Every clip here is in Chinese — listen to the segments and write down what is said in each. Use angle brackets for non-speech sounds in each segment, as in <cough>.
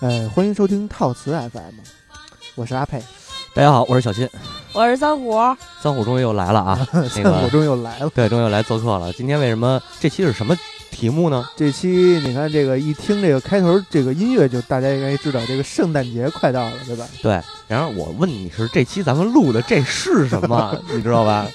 呃，欢迎收听套词 FM，我是阿佩，大家好，我是小新，我是三虎，三虎终于又来 <laughs> 了啊！那嗯我个终于又来了。对，终于又来做客了。今天为什么这期是什么题目呢？这期你看这个一听这个开头这个音乐，就大家应该知道这个圣诞节快到了，对吧？对，然后我问你是这期咱们录的这是什 <laughs> 么，你知道吧？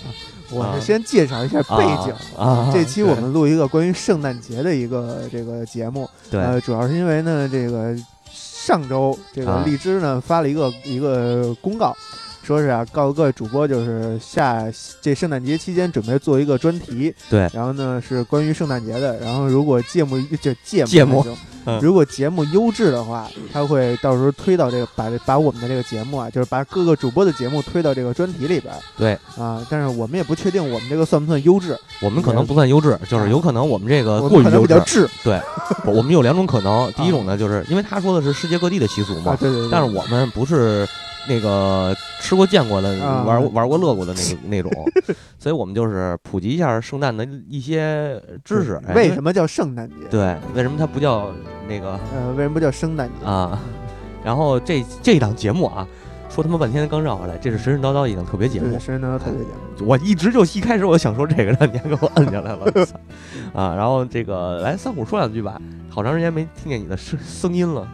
我是先介绍一下背景。啊，这期我们录一个关于圣诞节的一个这个节目，对呃，主要是因为呢，这个上周这个啊荔枝呢发了一个一个公告，说是啊，告诉各位主播，就是下这圣诞节期间准备做一个专题，对然后呢是关于圣诞节的，然后如果节目就节目节目还行嗯如果节目优质的话，他会到时候推到这个把把我们的这个节目啊，就是把各个主播的节目推到这个专题里边儿。对啊，但是我们也不确定我们这个算不算优质，我们可能不算优质，就是有可能我们这个啊我呃过们于可能优比质较。质不我们有两种可能，第一种呢，就是因为他说的是世界各地的习俗啊，嘛，对对对。但是我们不是那个吃过见过的、啊玩过玩过乐过的那 <laughs> 个那种，所以我们就是普及一下圣诞的一些知识。哎为什么叫圣诞节？对，为什么它不叫那个呃，为什么不叫圣诞节？啊？然后这这档节目啊，说他妈半天刚绕回来，这是神神叨叨一档特别节对，目。神神叨叨特别节目。。我一直就一开始我想说这个，让你还给我摁下来 <laughs> 了操啊！然后这个来三虎说两句吧，好长时间没听见你的声声音了。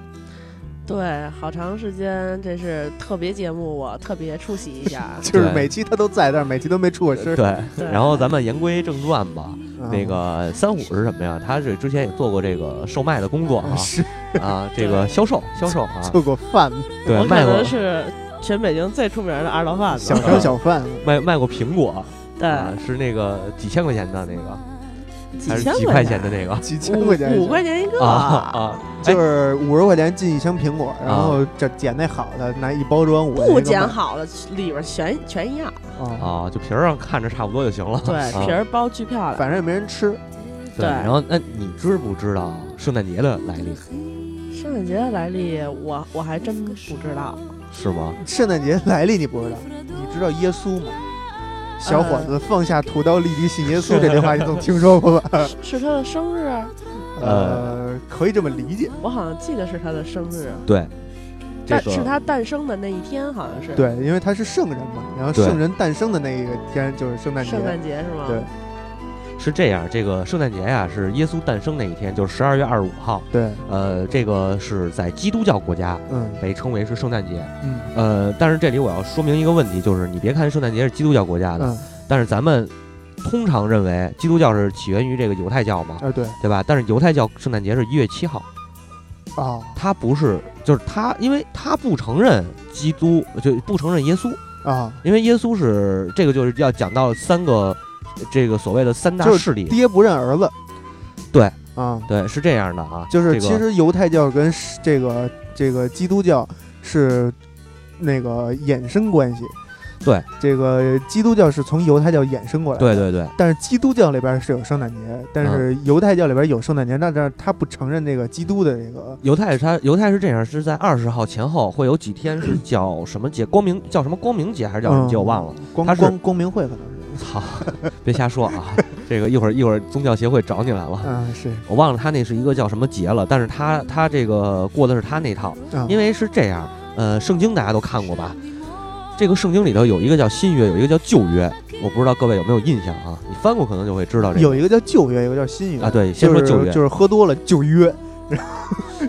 对，好长时间，这是特别节目，我特别出席一 <laughs> 下就是对每期他都在，但是每期都没出过声。对，对然后咱们言归正传吧。嗯那个三虎是什么呀？他是之前也做过这个售卖的工作啊是啊，这个销售销售啊，做过饭，对我，卖可过能是全北京最出名的二道贩子小。啊商小贩，卖卖过苹果，啊对，，是那个几千块钱的那个，还是千啊几块钱的那个 <laughs> 几千块钱，五五块钱一个。啊啊！哎就，是五十块钱进一箱苹果，啊然后这捡那好的，拿一包装五不剪好了，里边全全一样。啊，啊，就皮儿上看着差不多就行了。对，啊皮儿包巨漂亮。反正也没人吃。对。对然后，那你知不知道圣诞节的来历圣诞节的来历，我我还真不知道。是吗？圣诞节来历你不知道，你知道耶稣吗？小伙子放下屠刀立地信耶 <laughs> 稣这句话，你总听说过吧？是他的生日，呃，可以这么理解。我好像记得是他的生日，对，这但个是他诞生的那一天，好像是。，对，因为他是圣人嘛，然后对圣人诞生的那一个天就是圣诞节。圣诞节是吗？对是这样，这个圣诞节呀、是耶稣诞生那一天，就是十二月二十五号。对，呃，这个是在基督教国家嗯被称为是圣诞节。嗯呃，但是这里我要说明一个问题，就是你别看圣诞节是基督教国家的，嗯但是咱们通常认为基督教是起源于这个犹太教嘛，嗯啊对对吧？但是犹太教圣诞节是一月七号，哦他不是，就是他，因为他不承认基督，就不承认耶稣，啊，因为耶稣是这个就是要讲到三个，这个所谓的三大就是势力，爹不认儿子。对啊，对，是这样的啊，就是这个其实犹太教跟是这个这个基督教是那个衍生关系。对，这个基督教是从犹太教衍生过来的。对对嗯对但是基督教里边是有圣诞节，但是犹太教里边有圣诞节，那但是他不承认那个基督的这个犹太他犹太是这样，是在二十号前后会有几天是叫什么节？光明叫什么光明节还是叫什么节？我忘了。嗯光他是光光明会可能是，操，别瞎说啊！ <laughs> 这个一会儿一会儿宗教协会找你来了。嗯是，我忘了他啊那是一个叫什么节了，但是他他这个过的是他那套，嗯因为是这样，呃，圣经大家都看过吧？这个圣经里头有一个叫新约，有一个叫旧约，我不知道各位有没有印象啊？你翻过可能就会知道这个。有一个叫旧约，有一个叫新约啊，。对，先就说是旧约，就是喝多了就约，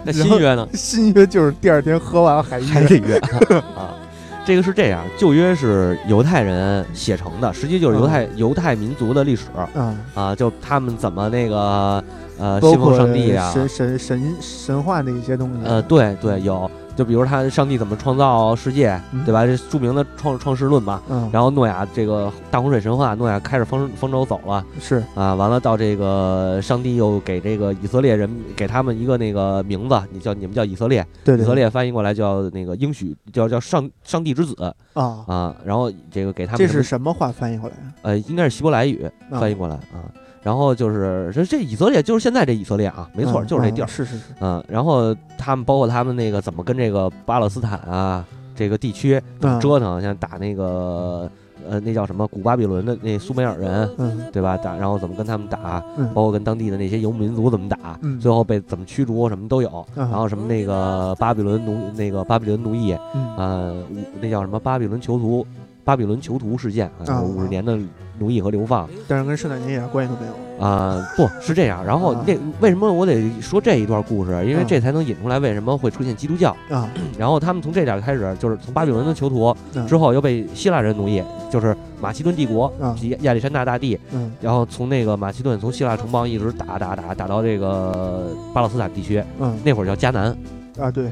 那新约呢？新约就是第二天喝完了还还约。得约 <laughs> 啊。这个是这样，旧约是犹太人写成的，实际就是犹太、犹太民族的历史嗯，啊，就他们怎么那个呃包信奉括上帝啊，神神神神话的一些东西。呃，对对，有，就比如他上帝怎么创造世界，嗯对吧？这著名的创创世论嘛。嗯，然后诺亚这个大洪水神话，诺亚开着方方舟走了是啊，完了到这个上帝又给这个以色列人给他们一个那个名字，你叫你们叫以色列，对对以对色列翻译过来叫那个应许，叫叫上上帝之子啊，啊。然后这个给他们这什是么什么话翻译过来的？呃，应该是希伯来语啊翻译过来啊。然后就是这这以色列就是现在这以色列啊，没错，嗯就是这地儿嗯。是是是，嗯，然后他们包括他们那个怎么跟这个巴勒斯坦啊这个地区怎么折腾，像打那个呃那叫什么古巴比伦的那苏美尔人，嗯对吧？打然后怎么跟他们打，嗯包括跟当地的那些游牧民族怎么打，嗯啊最后被怎么驱逐，什么都有。然然后什么那个巴比伦奴那个巴比伦奴役，嗯呃，五那叫什么巴比伦囚徒，巴比伦囚徒事件啊啊，五十年的奴役和流放但是跟圣诞节一点关系都没有。啊，不是这样。然后啊这为什么我得说这一段故事？因为嗯这才能引出来为什么会出现基督教。啊， <clears throat> 然后他们从这点开始，就是从巴比伦的囚徒嗯之后又被希腊人奴役，就是马其顿帝国嗯及亚历山大大帝，嗯然后从那个马其顿从希腊城邦一直打打打打到这个巴勒斯坦地区，嗯那会儿叫迦南。啊，对，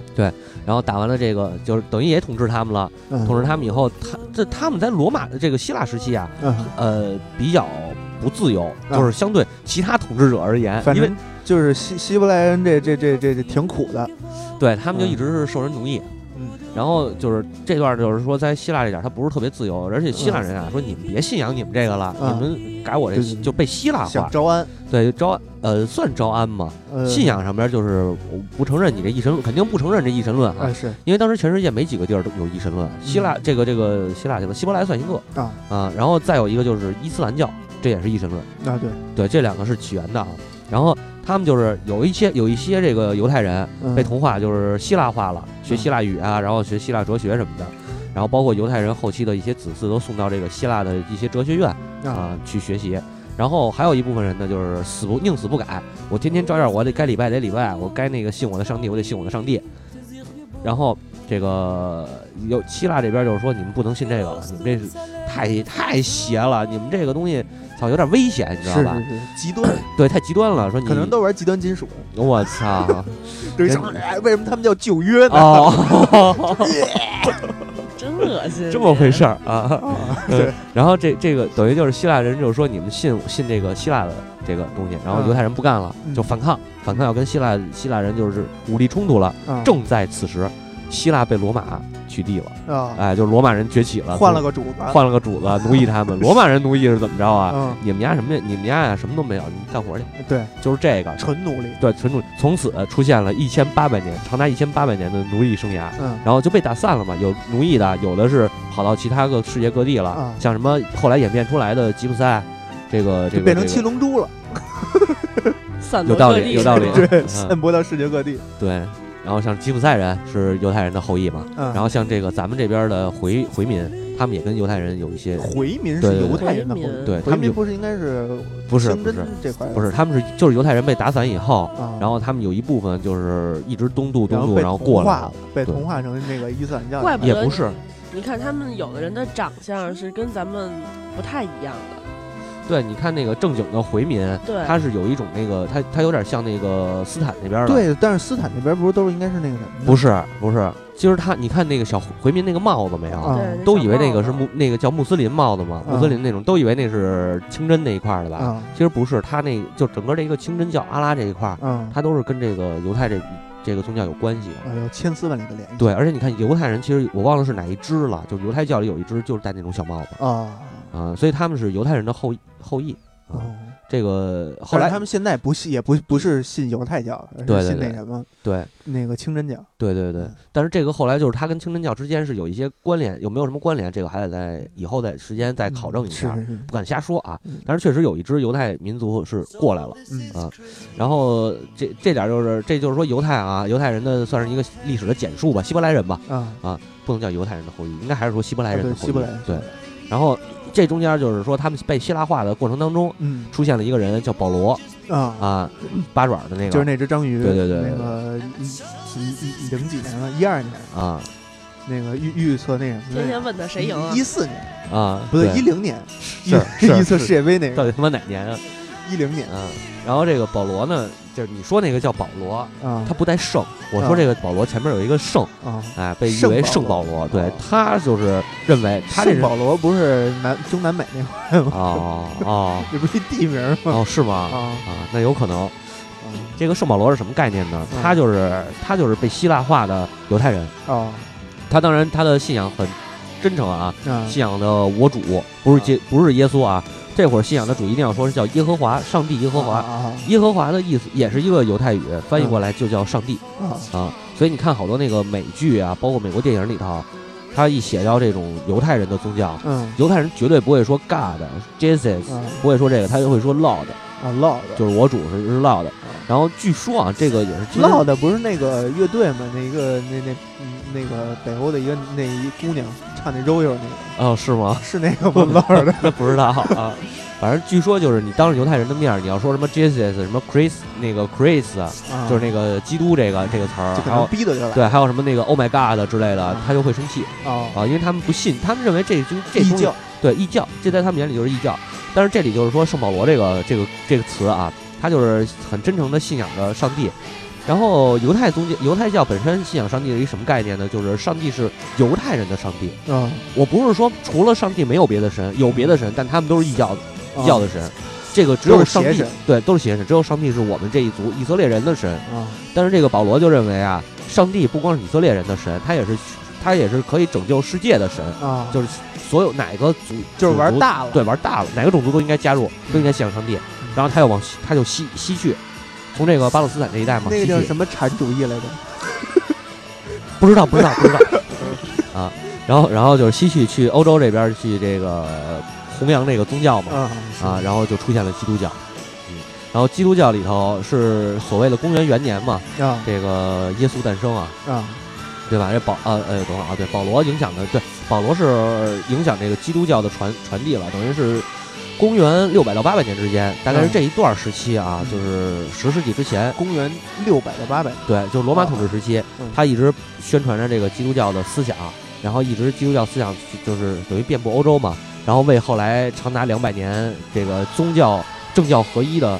然后打完了这个，就是等于也统治他们了。嗯，统治他们以后，他这他们在罗马这个希腊时期啊，嗯，呃，比较不自由，啊就是相对其他统治者而言，反因为正就是希希伯来人这这这这这挺苦的。对他们就一直是受人奴役。嗯，然后就是这段，就是说在希腊这点，他不是特别自由，而且希腊人啊说你们别信仰你们这个了，嗯你们改我这对就被希腊想化，招安，对招呃算招安嘛，呃，信仰上边就是我不承认你这一神，肯定不承认这一神论啊啊，，是因为当时全世界没几个地儿都有一神论，啊希腊这个这个希腊这个希伯来算一个，啊啊，然后再有一个就是伊斯兰教，这也是一神论，啊，对，对，这两个是起源的啊。然后他们就是有一些有一些这个犹太人嗯被同化，就是希腊化了，学嗯希腊语啊，然后学希腊哲学什么的，然后包括犹太人后期的一些子嗣都送到这个希腊的一些哲学院啊啊去学习。然后还有一部分人呢，就是死不宁死不改，我天天照样，我得该礼拜得礼拜，我该那个信我的上帝，我得信我的上帝。然后这个有希腊这边就是说，你们不能信这个了，你们这是太太邪了，你们这个东西操有点危险，你知是道吧？是是，极端，对，太极端了，说你可能都玩极端金属。<laughs> 我操对，想嗯哎，为什么他们叫旧约啊呢？哦，真恶心，这么回事儿啊。啊，<laughs> 对，然后这这个等于就是希腊人就是说你们信信这个希腊的这个东西，然后嗯犹太人不干了，嗯就反抗，反抗要跟希腊希腊人就是武力冲突了。啊正在此时，希腊被罗马取缔了，啊，哎，就是罗马人崛起了，换了个主子，换了个主子奴役 <laughs> 他们。罗马人奴役是怎么着啊？嗯，你们家什么呀？你们家呀什么都没有，你们干活去，对，就是这个。纯奴隶，对，纯奴从此出现了一千八百年，长达一千八百年的奴役生涯，嗯然后就被打散了嘛。有奴役的，有的是跑到其他个世界各地了啊，像什么后来演变出来的吉普赛，这个这就个变成这七个龙珠了，散有落道各理，地有道理，是吗对，嗯散播到世界各地。对。然后像吉普赛人是犹太人的后裔嘛，嗯，然后像这个咱们这边的回回民，他们也跟犹太人有一些回民是对对对犹太人的后回民裔，对他回们民有不是应该是不是清不是真这块儿不是，他们是就是犹太人被打散以后，啊，然后他们有一部分就是一直东渡然东后渡，被然后过同来化了，，被对同化成那个伊斯兰教，怪不也得不是，你看他们有的人的长相是跟咱们不太一样的，对，你看那个正经的回民，对，他是有一种那个，他他有点像那个斯坦那边的。，对，但是斯坦那边不是都是应该是那个什么？不，是不是，其实他你看那个小回民那个帽子没有，啊对都以为那个是木穆那个叫穆斯林帽子嘛，穆斯嗯林那种，都以为那是清真那一块儿的吧？啊其实不是，他那就整个这个清真教阿拉这一块儿，啊，他都是跟这个犹太这这个宗教有关系的。哎呦，千丝万缕的联系。对，而且你看犹太人，其实我忘了是哪一支了，就犹太教里有一支就是戴那种小帽子啊，啊、所以他们是犹太人的后裔后裔。啊哦这个后后来来他们现在不信，也不不是信犹太教了，对而对是信对那什么对那个清真教。对对对嗯，但是这个后来就是他跟清真教之间是有一些关联，有没有什么关联？这个还得在以后再时间再考证一下，嗯是是是不敢瞎说啊嗯。但是确实有一支犹太民族是过来了，嗯啊。然后这这点就是，这就是说犹太啊，犹太人的算是一个历史的简述吧，希伯来人吧，啊，不能叫犹太人的后裔，应该还是说希伯来人对的后希裔伯来人。对，，然后这中间就是说他们被希腊化的过程当中，嗯出现了一个人叫保罗啊，啊，八爪的那个，就是那只章鱼，对对对对那个一一一零几年了，一二年啊那个预预测那什么天那个，天问他谁赢啊一？四年啊，不对，一零年，是预 <laughs> 是预测世是，界杯那到个底他妈哪年啊？一零年嗯，然后这个保罗呢，就是你说那个叫保罗，啊他不带圣。我说这个保罗前面有一个圣，啊，哎，被誉为圣嗯圣保保罗。罗对哦他就是认为他这圣是保嗯罗不是南中南美那块儿吗？ <laughs> 哦哦这不是一地名儿吗？哦，是吗？啊啊，那有可能。啊这个圣保罗是什么概念呢？嗯他就是他就是被希腊化的犹太人。哦他当然他的信仰很真诚啊，啊信仰的我主不嗯是耶不是耶稣啊，这会儿信仰的主一定要说是叫耶和华，上帝耶和华。啊耶和华的意思也是一个犹太语，翻译过来就叫上帝。啊啊啊，所以你看好多那个美剧啊，包括美国电影里头，他一写到这种犹太人的宗教，嗯犹太人绝对不会说 God、Jesus，嗯不会说这个，他就会说 Lord，啊，Loud 就是我主是是 Lord。然后据说啊，这个也是 Loud 不是那个乐队吗？那一个那那嗯那个北欧的一个那一姑娘唱那 Royal 那个哦，是吗？ <laughs> 是那个吗？Loud 那不知道啊。反正据说就是你当着犹太人的面儿，你要说什么 Jesus、什么 Chris 那个 Chris 啊，啊，就是那个基督这个这个词儿，啊就可还有能嗯逼的就来对，还有什么那个 Oh my God 之类的，他就会生气哦，啊，因为他们不信，他们认为这就这异东西教对异教，这在他们眼里就是异教。但是这里就是说圣保罗这个这个这个词啊，他就是很真诚的信仰着上帝。然后犹太宗教犹太教本身信仰上帝是一什么概念呢？就是上帝是犹太人的上帝。嗯，我不是说除了上帝没有别的神，有别的神，但他们都是异教的。嗯教的神，这个只有上都是帝邪神对都是邪神，只有上帝是我们这一族以色列人的神。啊但是这个保罗就认为啊，上帝不光是以色列人的神，他也是他也是可以拯救世界的神，啊，就是所有哪个族就是玩种族大了，对玩大了，哪个种族都应该加入，都嗯应该信仰上帝。然后他又往西，他就西西去，从这个巴勒斯坦这一带嘛，那个西叫去什么产主义来着？不知道，不知道，不知 <laughs> 道啊。然后，然后就是西去去欧洲这边去这个弘扬这个宗教嘛，啊啊，，然后就出现了基督教。嗯，然后基督教里头是所谓的公元元年嘛，是啊这个耶稣诞生啊，啊对吧？这保呃呃，等会儿啊，对，保罗影响的，对，保罗是影响这个基督教的传传递了，等于是公元六百到八百年之间，大概是嗯这一段时期啊，嗯就是十世纪之前，公元六百到八百，对，就是罗马统治时期嗯，他一直宣传着这个基督教的思想，然后一直基督教思想就是等于遍布欧洲嘛，然后为后来长达两百年这个宗教政教合一的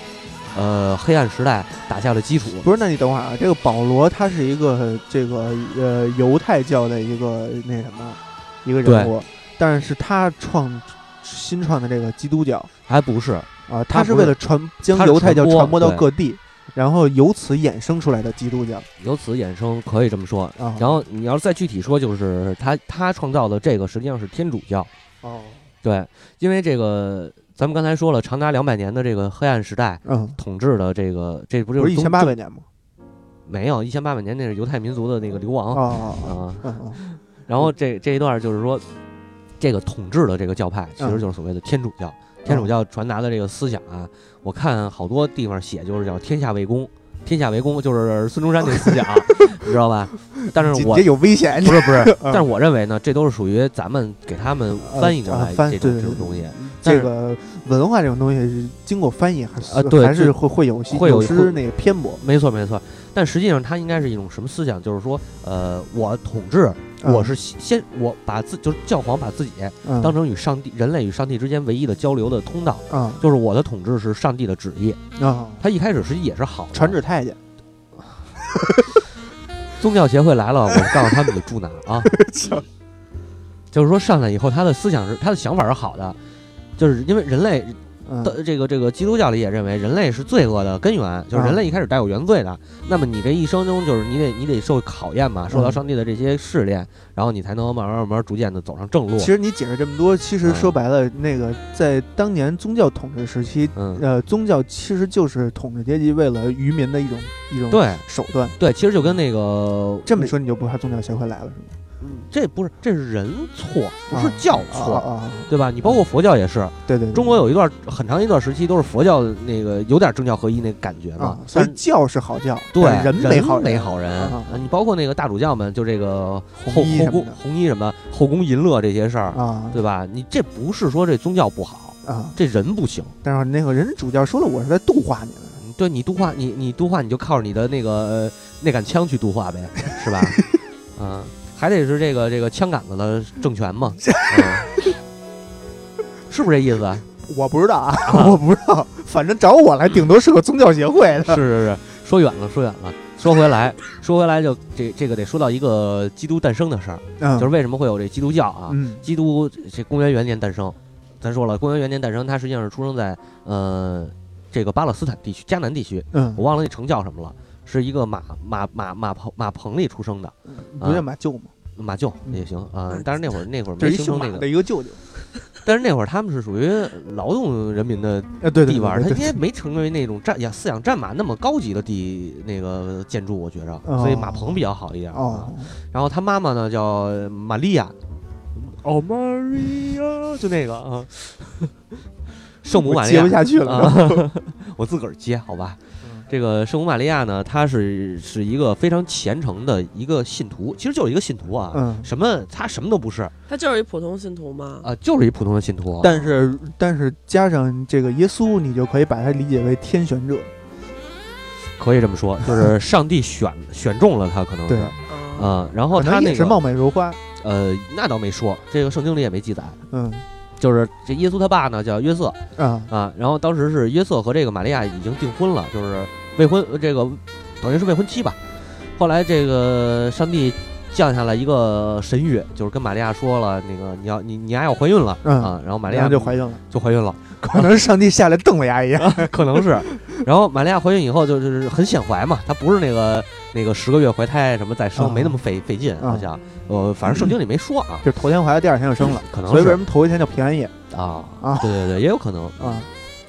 呃黑暗时代打下了基础。不是，那你等会儿啊，这个保罗他是一个这个呃犹太教的一个那什么一个人物，但是他创新创的这个基督教还不是，啊，他他不是是为了传将他是犹太教传播传播到对各地，然后由此衍生出来的基督教由此衍生可以这么说。啊。然后你要再具体说，就是他他创造的这个实际上是天主教，哦，对，因为这个咱们刚才说了，长达两百年的这个黑暗时代嗯，统治的这个，这不就不是一宗千八百年吗？没有一千八百年，那是犹太民族的那个流哦亡啊、哦哦，嗯嗯然后这这一段就是说，这个统治的这个教派其嗯实就是所谓的天主教。天主教传达的这个思想啊，我看好多地方写就是叫“天下为公”，天下为公就是孙中山那个思想，啊 <laughs> 你知道吧？但是这我这有危险，不是不是， <laughs> 嗯但是我认为呢，这都是属于咱们给他们翻译过啊来啊翻这种对这种东西，但这是个文化这种东西是经过翻译还是啊对还是就会会有些会有失那个偏颇。没错没错。但实际上，它应该是一种什么思想？就是说，呃，我统治，嗯我是先我把自就是教皇把自己嗯当成与上帝、人类与上帝之间唯一的交流的通道，啊就是我的统治是上帝的旨意。啊，他一开始实际也是好的传旨太监宗教协会来了，我 <laughs> 告诉他们你住哪儿啊？就是说上来以后，他的思想是他的想法是好的，就是因为人类嗯的呃这个这个基督教里也认为人类是罪恶的根源，就是啊人类一开始带有原罪的。那么你这一生中就是你得你得受考验嘛，受到嗯上帝的这些试炼，然后你才能慢慢慢慢逐渐的走上正路其。实你解释这么多，其实嗯说白了，那个在当年宗教统治时期，嗯，呃，宗教其实就是统治阶级为了愚民的一种一种对手段。对，其实就跟那个嗯这么说你就不怕宗教协会来了是这不是，这是人错，不是啊教吗？错，啊啊，啊对吧？你包括佛教也是，对对，对中国有一段很长一段时期都是佛教那个有点政教合一那个感觉嘛啊，，所但以是教是好教，对但人没好好人没好人啊你包括那个大主教们，就这个后红衣什么后宫的红衣什么后宫淫乐这些事儿，啊对吧？你这不是说这宗教不好，啊！这人不行。但是那个人主教说了，我是在度化你们。对你度化你你度化你就靠着你的那个、呃那杆枪去 <laughs> 度化呗，是吧？嗯、还得是这个这个枪杆子的政权 <laughs> 嘛，嗯是不是这意思？我不知道啊， <laughs> 我不知道，反正找我来，顶多是个宗教协会的。是 <laughs> 是是，说远了，说远了。说回来，说回来就这这个得说到一个基督诞生的事儿，嗯，就是为什么会有这基督教啊？嗯基督这公元元年诞生，咱说了，公元元年诞生，他实际上是出生在呃这个巴勒斯坦地区迦南地区，嗯我，忘了那城叫什么了，是一个马马马马棚马棚里出生的，不叫马厩吗？马厩也行啊。但是那会儿那会儿这啊没是一形姓成马那的个，一个舅舅，但是那会儿他们是属于劳动人民的哎，对对地对盘儿，对它对应该没成为那种战养饲养战马那么高级的地那个建筑，我觉着，所以马棚比较好一点。啊。哦然后他妈妈呢叫玛利亚，哦，玛利亚，就那个啊， <laughs> 圣母我玛利接亚不。下去了，嗯啊， <laughs> 我自个儿接好吧。这个圣母玛利亚呢，她是是一个非常虔诚的一个信徒，其实就是一个信徒啊， <laughs> 嗯，什么她什么都不是啊、他就是一普通信徒嘛。就是一普通的信徒。啊但是但是加上这个耶稣，你就可以把它理解为天选者，可以这 <laughs> 么说，就是上帝选选中了他，可能是对，啊，啊、嗯然后可他能那也是个貌美如花，呃，那倒没说，这个圣经里也没记载。嗯就是这耶稣他爸呢叫约瑟啊，啊，然后当时是约瑟和这个玛利亚已经订婚了，就是未婚，呃这个等于是未婚妻吧。后来这个上帝降下了一个神谕，就是跟玛利亚说了，那个你要你你丫要怀孕了、嗯啊，然后玛利然亚后就怀孕了，就怀孕 <laughs> 了，可能上帝下来瞪了牙一样，可能是。然后玛利亚怀孕以后就就是很显怀嘛，她不是那个那个十个月怀胎什么再生、啊没那么费费劲，好像呃反正圣经里没说啊， <laughs> 就是头天怀了，第二天就生了，可能所以为是什么头一天叫平安夜啊啊对对对，也有可能。啊？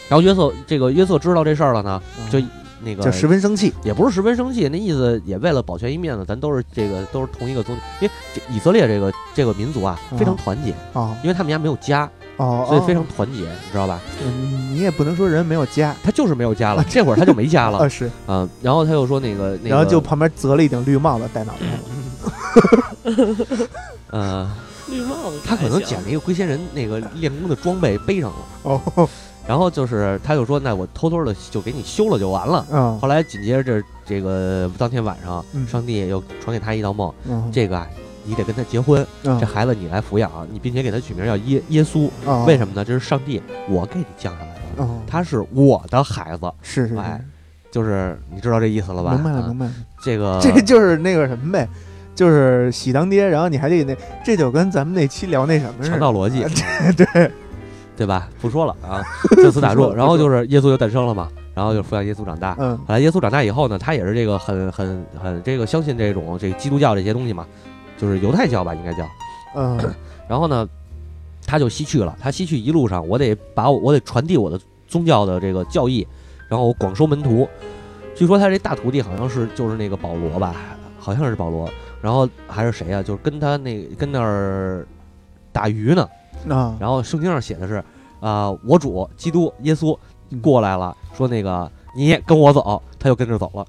然后约瑟这个约瑟知道这事儿了呢，就啊那个就十分生气，也不是十分生气，那意思也为了保全一面子，咱都是这个都是同一个宗，因为这以色列这个这个民族啊啊非常团结，哦因为他们家没有家，哦，所以非哦常团结，你知道吧？嗯你也不能说人没有家他就是没有家了，这会儿他就没家了 <laughs> 啊，是，啊、然后他又说那个那个，嗯然后就旁边择了一顶绿帽子戴脑袋上，呃，绿帽子他可能还行哦捡了一个龟仙人那个练功的装备背上了，哦，然后就是他就说那我偷偷的就给你修了就完了。嗯后来紧接着这这个当天晚上，嗯上帝又传给他一道梦，嗯，这个啊你得跟他结婚。这这孩子你来抚养，你并且给他取名叫耶耶稣，啊嗯为什么呢？这是上帝我给你降下来的，么？哦，他是我的孩子，是是是，哎就是你知道这意思了吧？明白了啊明白了。这个这就是那个什么呗，就是喜当爹，然后你还得那，这就跟咱们那期聊那什么似肠的。道逻辑，对 <laughs> 对，对吧？不说了啊，就此打 <laughs> 不说住。了然后就是耶稣就诞生了嘛，然后就抚养耶稣长大。嗯后来耶稣长大以后呢，他也是这个很很很这个相信这种这个基督教这些东西嘛，就是犹太教吧，应该叫。嗯然后呢，他就西去了。他西去一路上，我得把我我得传递我的宗教的这个教义，然后我广收门徒。据说他这大徒弟好像是就是那个保罗吧，好像是保罗，然后还是谁呀、就是跟他那跟那儿打鱼呢。啊，然后圣经上写的是，啊、我主基督耶稣过来了，说那个你跟我走，他就跟着走了。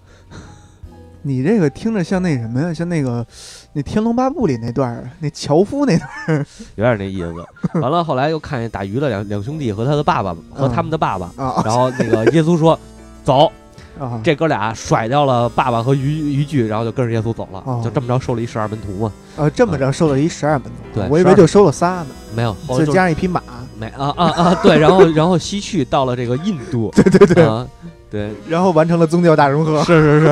你这个听着像那什么呀？像那个那《天龙八部》里那段儿，那樵夫那段儿。有点那意思。完了，后来又看见打鱼的两两兄弟和他的爸爸和他们的爸爸，啊 <laughs> 然后那个耶稣说：“走。”啊，这哥俩甩掉了爸爸和渔渔具，然后就跟着耶稣走了，哦就这么着收了一十二门徒嘛。呃这么着收了一十二门徒，对我以为12就收了仨呢，没有，后来就哦就加上一匹马。没啊啊啊，对，然后 <laughs> 然后西去到了这个印度， <laughs> 对对对，啊、对，然后完成了宗教大融合， <laughs> 是是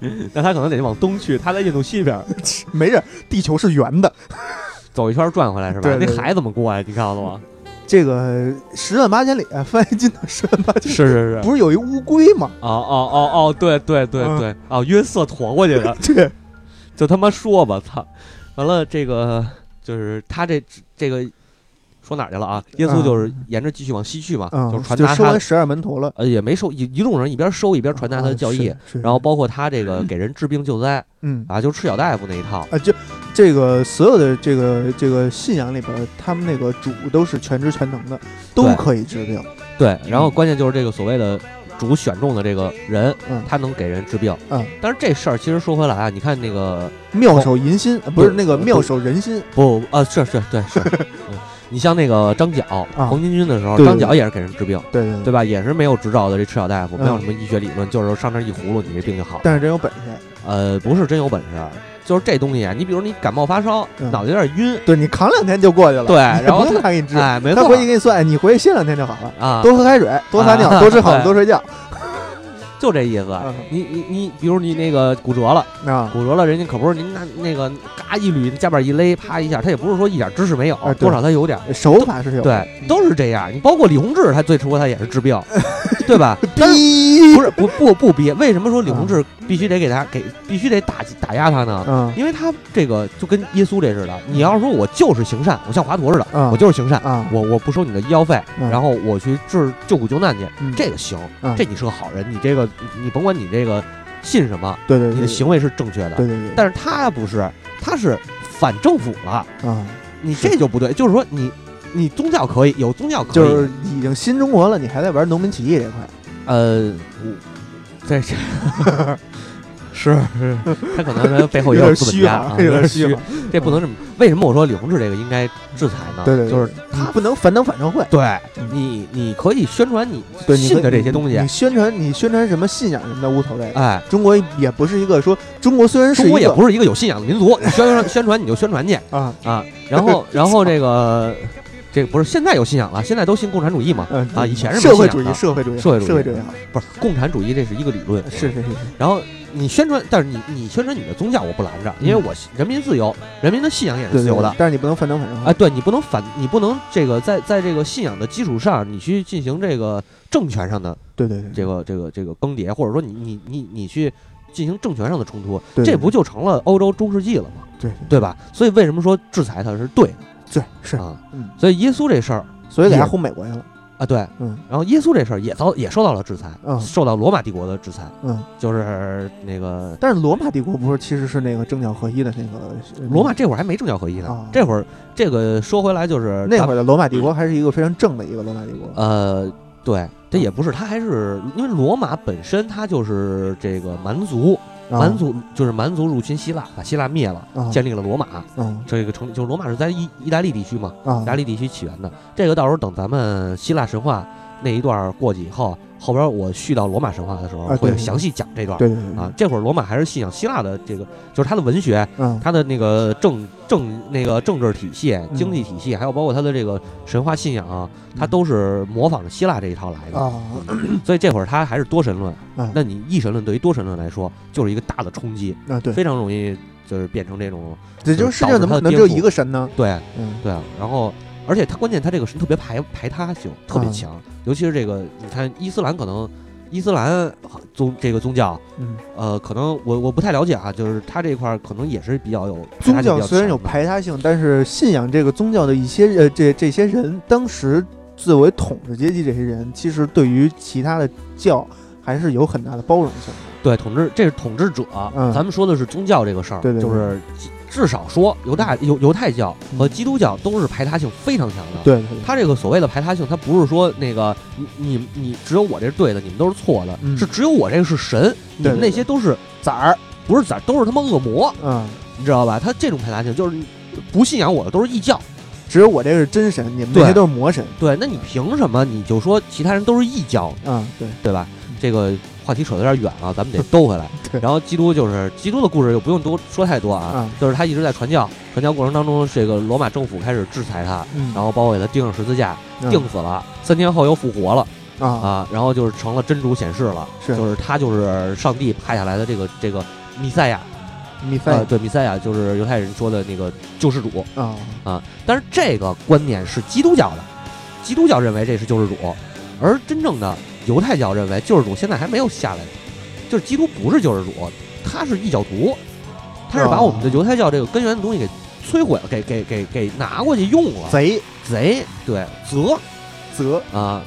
是， <laughs> 那他可能得往东去，他在印度西边没事儿，地球是圆的。走一圈转回来是吧？对对对那海怎么过呀？你告诉我，这个十万八千里，啊翻译进到十万八千里， <laughs> 是啊是是，不是有一乌龟吗？哦哦哦哦，对对对嗯对，哦，约瑟驮过去 <laughs> 的，啊对，就他妈说吧，操！完了，这个就是他这这个说哪儿去了啊？耶稣就是沿着继续往西去嘛，嗯，就是传就达收他完十二门徒了，呃也没收一一路上一边收一边传达他的啊教义，，是是然后包括他这个给人治病救灾嗯，啊，就是赤脚大夫那一套，啊，就这个所有的这个这个信仰里边儿，他们那个主都是全知全能的，都对可以治病。对，然后关键就是这个所谓的主选中的这个人，嗯他能给人治病，嗯，但是这事儿其实说回来啊，你看那个妙手银心，哦呃不是那个不妙手仁心，不啊是是对 <laughs> 是，嗯你像那个张角啊黄巾军的时候，对对张对角也是给人治病。对对对对。吧？也是没有执照的这赤脚大夫，嗯没有什么医学理论，就是上那儿一葫芦，你这病就好了。但是真有本事，呃，不是真有本事，就是这东西啊。你比如你感冒发烧，嗯脑袋有点晕，对你扛两天就过去了。对，然后不用他给你治，哎，没他错回去给你算，哎你回去歇两天就好了。啊，多喝开水，多撒尿， <laughs> 啊多吃好的，对多睡觉就这意思嗯。你你你，比如你那个骨折了，啊！骨折了，人家可不是您那那个嘎一捋，夹板一勒，啪一下，他也不是说一点知识没有哎，对嗯多少他有点。手法是有，对，都是这样。你包括李洪志，他最初他也是治病，对吧？但是逼不是不不不憋？为什么说李洪志必须得给他给必须得打击打压他呢？嗯因为他这个就跟耶稣这似的，你要是说我就是行善，我像华佗似的，嗯我就是行善，啊，我我不收你的医药费，嗯然后我去治救苦救难去，嗯这个行嗯，这你是个好人，你这个你甭管你这个信什么，对对对，你的行为是正确的。对对对，但是他不是，他是反政府了，啊，你是这就不对。就是说你你宗教可以有宗教可以，就是已经新中国了，你还在玩农民起义这块，呃，我在这 <laughs> 是是，他可能背后也点资本虚家啊啊，， <laughs> 有点虚虚啊，，这不能这么。为什么我说李洪志这个应该制裁呢？对对对啊就是你他不能反党反社会。对嗯你，你可以宣传你对你信可的以这些东西你，宣传你宣传什么信仰什么的无所谓。哎，中国也不是一个说中国虽然是中一国也个不是一个有信仰的民族，你宣传宣传你就宣传去啊， <laughs> 啊。然后，然后这个这个不是现在有信仰了，现在都信共产主义嘛，嗯啊以前是没社会信主仰义，的社会主义，社会主义啊社会主义好，不是共产主义，这是一个理论。是是是是，然后你宣传，但是你你宣传你的宗教，我不拦着，因为我人民自由，人民的信仰也是嗯对自由的。但是你不能反党啊反社会哎，对你不能反，你不能这个在在这个信仰的基础上，你去进行这个政权上的对对对，这个这个这个更迭，或者说你你你你去进行政权上的冲突，对这不就成了欧洲中世纪了吗？对对吧？所以为什么说制裁他是对的对是，啊？嗯所以耶稣这事儿所以给他也轰美国去了，啊，对，嗯然后耶稣这事儿也遭也受到了制裁，嗯受到罗马帝国的制裁，嗯。就是那个但是罗马帝国不是其实是那个政教合一的那个呃罗马这会儿还没政教合一呢，啊这会儿这个说回来就是那咱会儿的罗马帝国还是一个非常正的一个罗马帝国，嗯呃，对，这嗯也不是，他还是因为罗马本身它就是这个蛮族，啊蛮族就是蛮族入侵希腊，把希腊灭了，啊建立了罗马，嗯这个成就是罗马是在意意大利地区嘛，啊意大利地区起源的。这个到时候等咱们希腊神话那一段儿过去以后，后边我续到罗马神话的时候啊对会对详细讲这段。对对对对啊，这会儿罗马还是信仰希腊的这个，就是它的文学、嗯它的那个政政那个政治体系、经济体系，还有包括它的这个神话信仰啊，它都是模仿希腊这一套来的。嗯啊所以这会儿它还是多神论。啊那你一神论对于多神论来说，就是一个大的冲击，啊对，非常容易就是变成这种也就是世界上怎么可能只有一个神呢？对嗯对啊，然后而且他关键他这个神特别排排他性特别嗯强，尤其是这个你看伊斯兰可能伊斯兰宗这个宗教，嗯，呃，可能我我不太了解啊，就是他这一块儿可能也是比较有排宗他性教比较虽然强有的排他性，但是信仰这个宗教的一些呃这这些人，当时作为统治阶级这些人，其实对于其他的教还是有很大的包容性的。对统治，这是统治者，嗯咱们说的是宗教这个事儿，对对对嗯就是至至少说犹大犹犹太教和基督教都是排他性非常强的，对对对，他这个所谓的排他性，他不是说那个你你你只有我这是对的，你们都是错的，嗯是只有我这个是神，你对们对那些都是崽儿，不是崽儿，都是他妈恶魔，嗯，你知道吧？他这种排他性就是不信仰我的都是异教，只有我这个是真神，你们这些对都是魔神。对，那你凭什么你就说其他人都是异教，嗯，对，对吧嗯？这个话题扯得有点远了，咱们得兜回来 <laughs> 对。然后基督就是基督的故事就不用多说太多啊嗯，就是他一直在传教，传教过程当中，这个罗马政府开始制裁他，嗯，然后包括给他钉上十字架，钉死了，三天后又复活了。嗯啊啊，然后就是成了真主显示了，是就是他就是上帝派下来的这个这个弥赛亚，米饭呃，对，弥赛亚就是犹太人说的那个救世主啊，啊。但是这个观念是基督教的，基督教认为这是救世主，而真正的犹太教认为救世主现在还没有下来，就是基督不是救世主，他是异教徒，他是把哦我们的犹太教这个根源的东西给摧毁了，给给给给拿过去用了，贼贼对贼。则啊。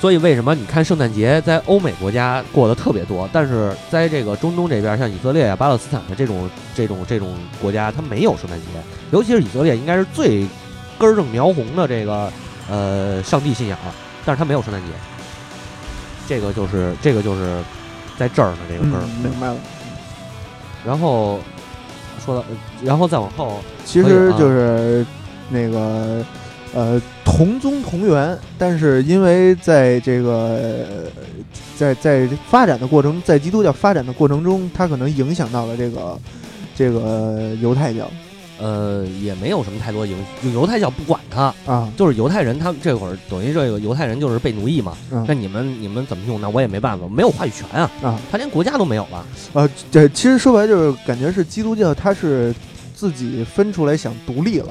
所以为什么你看圣诞节在欧美国家过得特别多，但是在这个中东这边，像以色列啊、巴勒斯坦的这种这种这种国家，它没有圣诞节，尤其是以色列，应该是最根正苗红的这个呃上帝信仰，但是它没有圣诞节。这个就是这个就是在这儿呢，这个事儿。嗯，明白了。然后说到，呃然后再往后，其可以实啊就是那个呃同宗同源，但是因为在这个呃在在发展的过程，在基督教发展的过程中，它可能影响到了这个这个犹太教呃，也没有什么太多影，犹太教不管它，啊，就是犹太人，他们这会儿等于这个犹太人就是被奴役嘛。嗯那你们你们怎么用？那我也没办法，没有话语权啊，啊他连国家都没有了。呃，这其实说白了就是感觉是基督教它是自己分出来想独立了。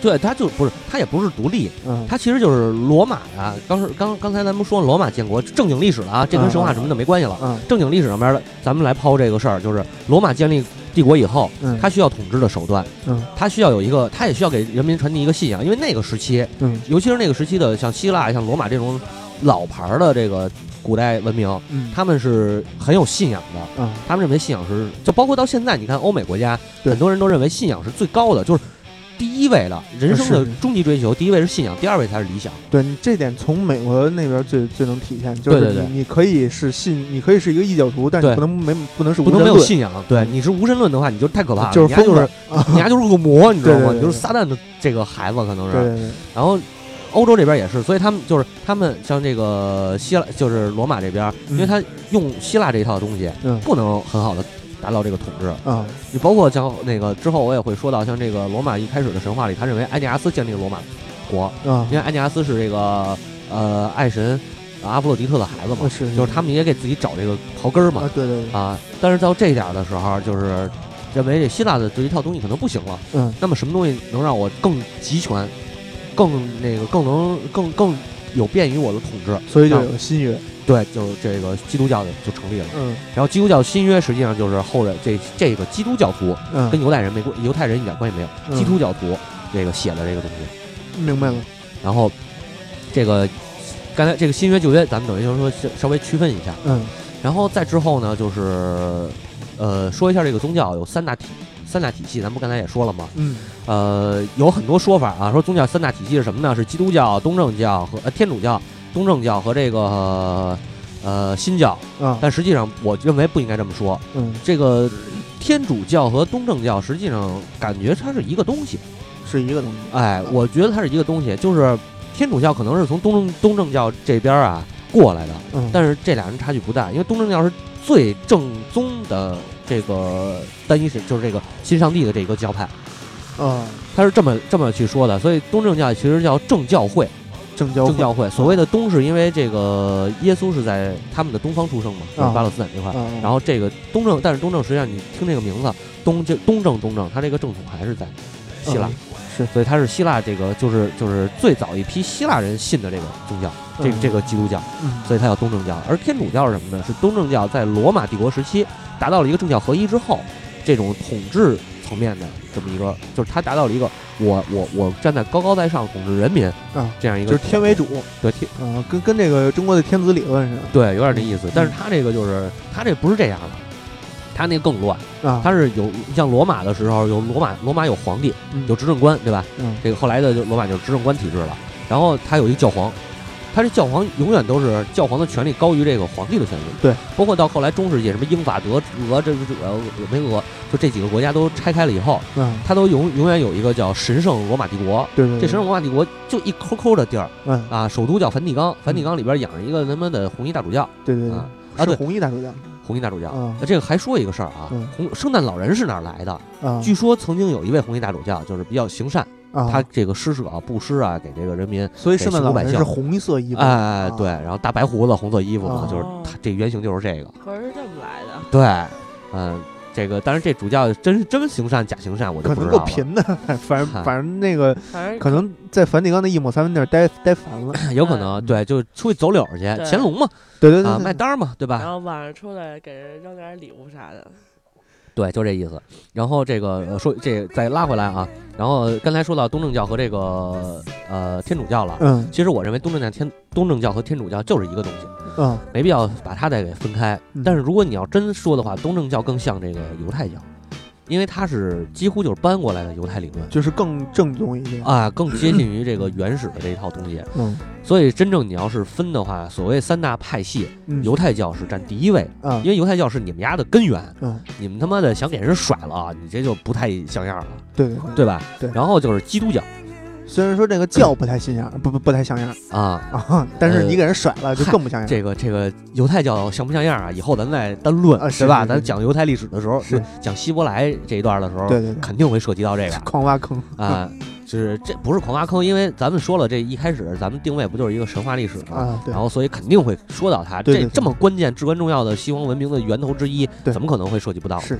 对，他就不是，他也不是独立，嗯，他其实就是罗马啊。刚是刚刚才咱们说罗马建国正经历史了啊，这跟神话什么的没关系了。嗯正经历史上边的，咱们来抛这个事儿，就是罗马建立帝国以后，嗯，他需要统治的手段，嗯他需要有一个，他也需要给人民传递一个信仰，因为那个时期，嗯尤其是那个时期的像希腊、像罗马这种老牌儿的这个古代文明，嗯，他们是很有信仰的。嗯他们认为信仰是，就包括到现在，你看欧美国家，对很多人都认为信仰是最高的，就是第一位的人生的是是终极追求，第一位是信仰，第二位才是理想。对你这点从美国那边最最能体现，就是你对对对你可以是信，你可以是一个异教徒，但你对不能没不能是不无能神没有论信仰，对，你是无神论的话，你就太可怕了，就你是丫就疯是子啊，你丫就是个魔，你知道对吗？对对你就是撒旦的这个孩子，可能对是。对对，然后欧洲这边也是，所以他们就是他们像这个希腊，就是罗马这边，因为他用希腊这一套东西，嗯不能很好的达到这个统治。啊，你包括像那个之后我也会说到，像这个罗马一开始的神话里，他认为埃涅阿斯建立了罗马国，啊因为埃涅阿斯是这个呃爱神阿弗洛狄特的孩子嘛，啊是是就是他们也给自己找这个刨根儿嘛啊，对对对，啊。但是到这一点儿的时候，就是认为这希腊的这一套东西可能不行了。嗯那么什么东西能让我更集权，更那个更能更更有便于我的统治？所以就那有新约，对，就这个基督教的就成立了。嗯然后基督教新约实际上就是后来这这个基督教徒嗯，跟犹太人没关，犹太人一点关系没有，嗯基督教徒这个写的这个东西。明白了，然后这个刚才这个新约旧约，咱们等于就是说稍稍微区分一下。嗯然后再之后呢，就是呃说一下这个宗教有三大体三大体系，咱们刚才也说了嘛，嗯呃，有很多说法啊，说宗教三大体系是什么呢？是基督教、东正教和、呃、天主教、东正教和这个呃新教。啊但实际上，我认为不应该这么说。嗯，这个天主教和东正教实际上感觉它是一个东西，是一个东西，哎，我觉得它是一个东西，就是天主教可能是从东正东正教这边啊过来的，嗯，但是这俩人差距不大，因为东正教是最正宗的这个单一神，就是这个新上帝的这个教派。啊，他是这么这么去说的，所以东正教其实叫正教会，正教正会教会。所谓的东是因为这个耶稣是在他们的东方出生嘛，就是啊巴勒斯坦这块儿。啊，然后这个东正，但是东正实际上你听这个名字，东这东正东正，他这个正统还是在啊希嗯腊，是所以他是希腊这个就是就是最早一批希腊人信的这个宗教，这个嗯这个基督教，嗯所以它叫东正教。而天主教是什么呢？是东正教在罗马帝国时期达到了一个政教合一之后，这种统治层面的这么一个，就是它达到了一个我我我站在高高在上统治人民啊，这样一个就是天为主，对天啊，跟跟这个中国的天子理论似对有点这意嗯思。但是它这个就是它这不是这样的，它那更乱。的啊，它是有你像罗马的时候，有罗马罗马有皇帝，嗯有执政官，对吧？嗯这个后来的就罗马就是执政官体制了，然后他有一个教皇，他这教皇永远都是教皇的权力高于这个皇帝的权力。对，包括到后来中世纪什么英法德俄这这呃没俄，就这几个国家都拆开了以后，嗯，他都永永远有一个叫神圣罗马帝国。对对，这神圣罗马帝国就一抠抠的地儿嗯，啊，首都叫梵蒂冈，梵蒂冈里边养着一个他妈的红衣大主教对对啊对，啊是对，红衣大主教红衣大主教。啊那这个还说一个事儿啊嗯，红圣诞老人是哪儿来的？啊，呃据说曾经有一位红衣大主教，就是比较行善，啊他这个施舍啊、布施啊，给这个人民，所以圣诞老人是红色衣服，哎，对，然后大白胡子、红色衣服嘛啊，就是他这原型就是这个，可是这么来的，对，嗯，这个，当然这主教真是真行善假行善，我就可不能知够道了，贫的， <laughs> 反正嗨反正那个反正可能在梵蒂冈那一亩三分地儿待待烦了，有可能，对，就出去走柳儿去，对嗯乾隆嘛，对对啊，对卖对，单儿嘛，对然吧？后晚上出来给人扔点礼物啥的，对，就这意思。然后这个呃说这再拉回来啊，然后刚才说到东正教和这个呃天主教了。嗯其实我认为东正教天东正教和天主教就是一个东西，嗯，没必要把它再给分开。嗯但是如果你要真说的话，东正教更像这个犹太教，因为它是几乎就是搬过来的犹太理论就是更正宗一些，啊，更接近于这个原始的这一套东西。嗯所以真正你要是分的话，所谓三大派系，嗯，犹太教是占第一位，啊因为犹太教是你们家的根源，嗯，你们他妈的想给人甩了啊，你这就不太像样了，对对对对吧？对然后就是基督教虽然说这个教不太像样，不不不太像样啊。啊，但是你给人甩了就更不像样。这个这个犹太教像不像样啊？以后咱再单论，啊是对吧？是是咱讲犹太历史的时候，是讲希伯来这一段的时候，对对对，肯定会涉及到这个。狂挖坑啊、嗯就是这不是狂挖坑，因为咱们说了，这一开始咱们定位不就是一个神话历史吗？啊，对然，后所以肯定会说到它，对对这对这么关键、至关重要的西方文明的源头之一，对怎么可能会涉及不到？是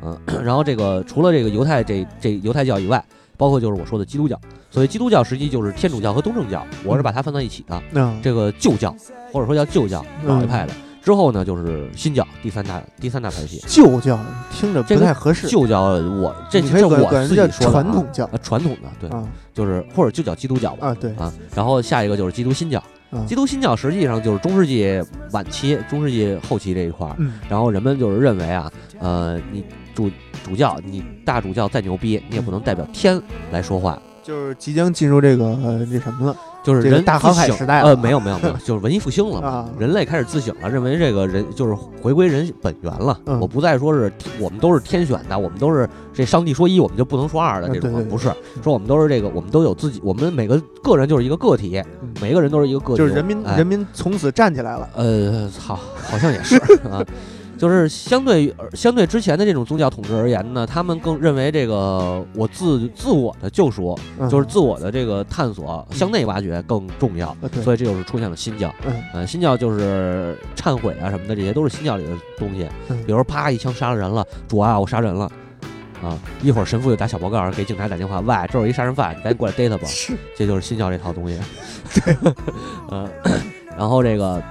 是是，然后这个除了这个犹太这这犹太教以外，包括就是我说的基督教。所谓基督教，实际就是天主教和东正教，我是把它分到一起的。嗯，这个旧教，或者说叫旧教，嗯老一派的。之后呢，就是新教，第三大第三大派系。旧教听着不这个太合适，旧教，我这你可以这管我管人自己叫说的啊传统教呃传统的，对，啊就是或者就叫基督教吧。啊，对，啊，然后下一个就是基督新教，嗯基督新教实际上就是中世纪晚期、中世纪后期这一块儿，嗯然后人们就是认为啊，呃，你主主教，你大主教再牛逼，你也不能代表天来说话，就是即将进入这个呃那什么了，就是这个人大自航海省时代了呃，啊没有没有没有，就是文艺复兴了嘛，啊人类开始自省了，认为这个人就是回归人本源了，嗯我不再说是我们都是天选的，我们都是这上帝说一，我们就不能说二的嗯这种，对对对不是说我们都是这个，我们都有自己，我们每个个人就是一个个体，嗯每个人都是一个个体，就是人民哎人民从此站起来了，呃，好，好像也是 <laughs> 啊，就是相对于相对之前的这种宗教统治而言呢，他们更认为这个我自自我的救赎，嗯就是自我的这个探索、向内挖掘更重要，啊对，所以这就是出现了新教。嗯呃，新教就是忏悔啊什么的，这些都是新教里的东西。嗯比如啪一枪杀了人了，主啊，我杀人了。啊！一会儿神父就打小报告，给警察打电话，喂，这有一杀人犯，你赶紧过来逮他吧。是这就是新教这套东西。 <laughs> 对，嗯，然后这个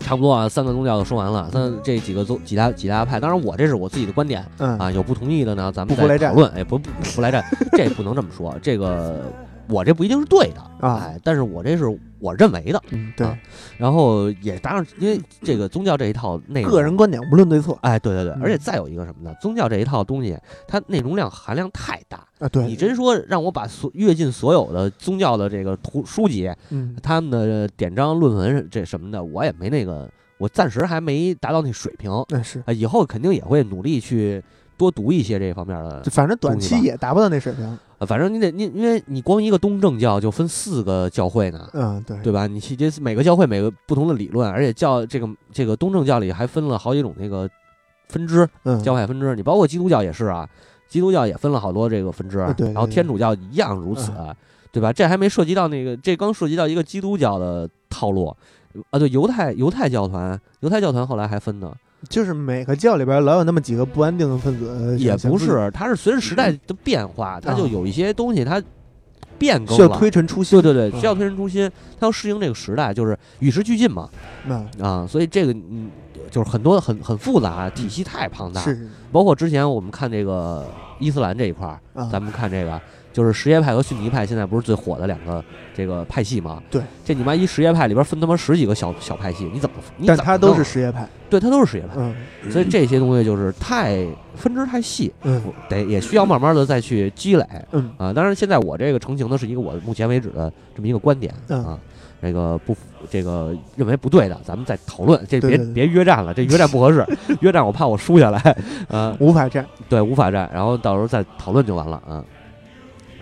差不多啊，三个宗教都说完了，三这几个宗几大几大派，当然我这是我自己的观点嗯啊，有不同意的呢，咱们不不再来讨战论。哎，不不不来战，这不能这么说，这个我这不一定是对的啊哎，但是我这是我认为的，嗯对啊，然后也当然因为这个宗教这一套内容个人观点无论对错哎，对对对，嗯而且再有一个什么呢？宗教这一套东西，它内容量含量太大，啊，对，你真说让我把所阅尽所有的宗教的这个图书籍，嗯他们的典章、论文这什么的，我也没那个，我暂时还没达到那水平啊。那是，以后肯定也会努力去多读一些这方面的就。反正短东期西吧也达不到那水平，呃反正你得你，因为你光一个东正教就分四个教会呢，嗯对对吧？你去这每个教会每个不同的理论，而且教这个这个东正教里还分了好几种那个分支，嗯教派分支，你包括基督教也是啊，基督教也分了好多这个分支，啊对对嗯然后天主教一样如此，啊对吧？这还没涉及到那个，这刚涉及到一个基督教的套路啊，对，犹太犹太教团，犹太教团后来还分呢，就是每个教里边老有那么几个不安定的分子，也想不是，它是随着时代的变化，它就有一些东西它变更啊需要了。推陈出新对，对对，嗯需要推陈出新，它要适应这个时代，就是与时俱进嘛，那啊，所以这个嗯，就是很多很很复杂，体系太庞大，嗯是包括之前我们看这个伊斯兰这一块儿，啊，咱们看这个，就是什叶派和逊尼派现在不是最火的两个这个派系吗？对，这你妈一什叶派里边分他妈十几个小小派系，你怎么？你但怎么他都弄是实业派，对，它都是什叶派，嗯所以这些东西就是太分支太细，嗯得也需要慢慢的再去积累嗯啊。当然，现在我这个成型的是一个我目前为止的这么一个观点嗯啊。这个不符，这个认为不对的，咱们再讨论。这别对对对别约战了，这约战 <laughs> 不合适，约战我怕我输下来。呃，嗯无法站，对，无法战，然后到时候再讨论就完了啊。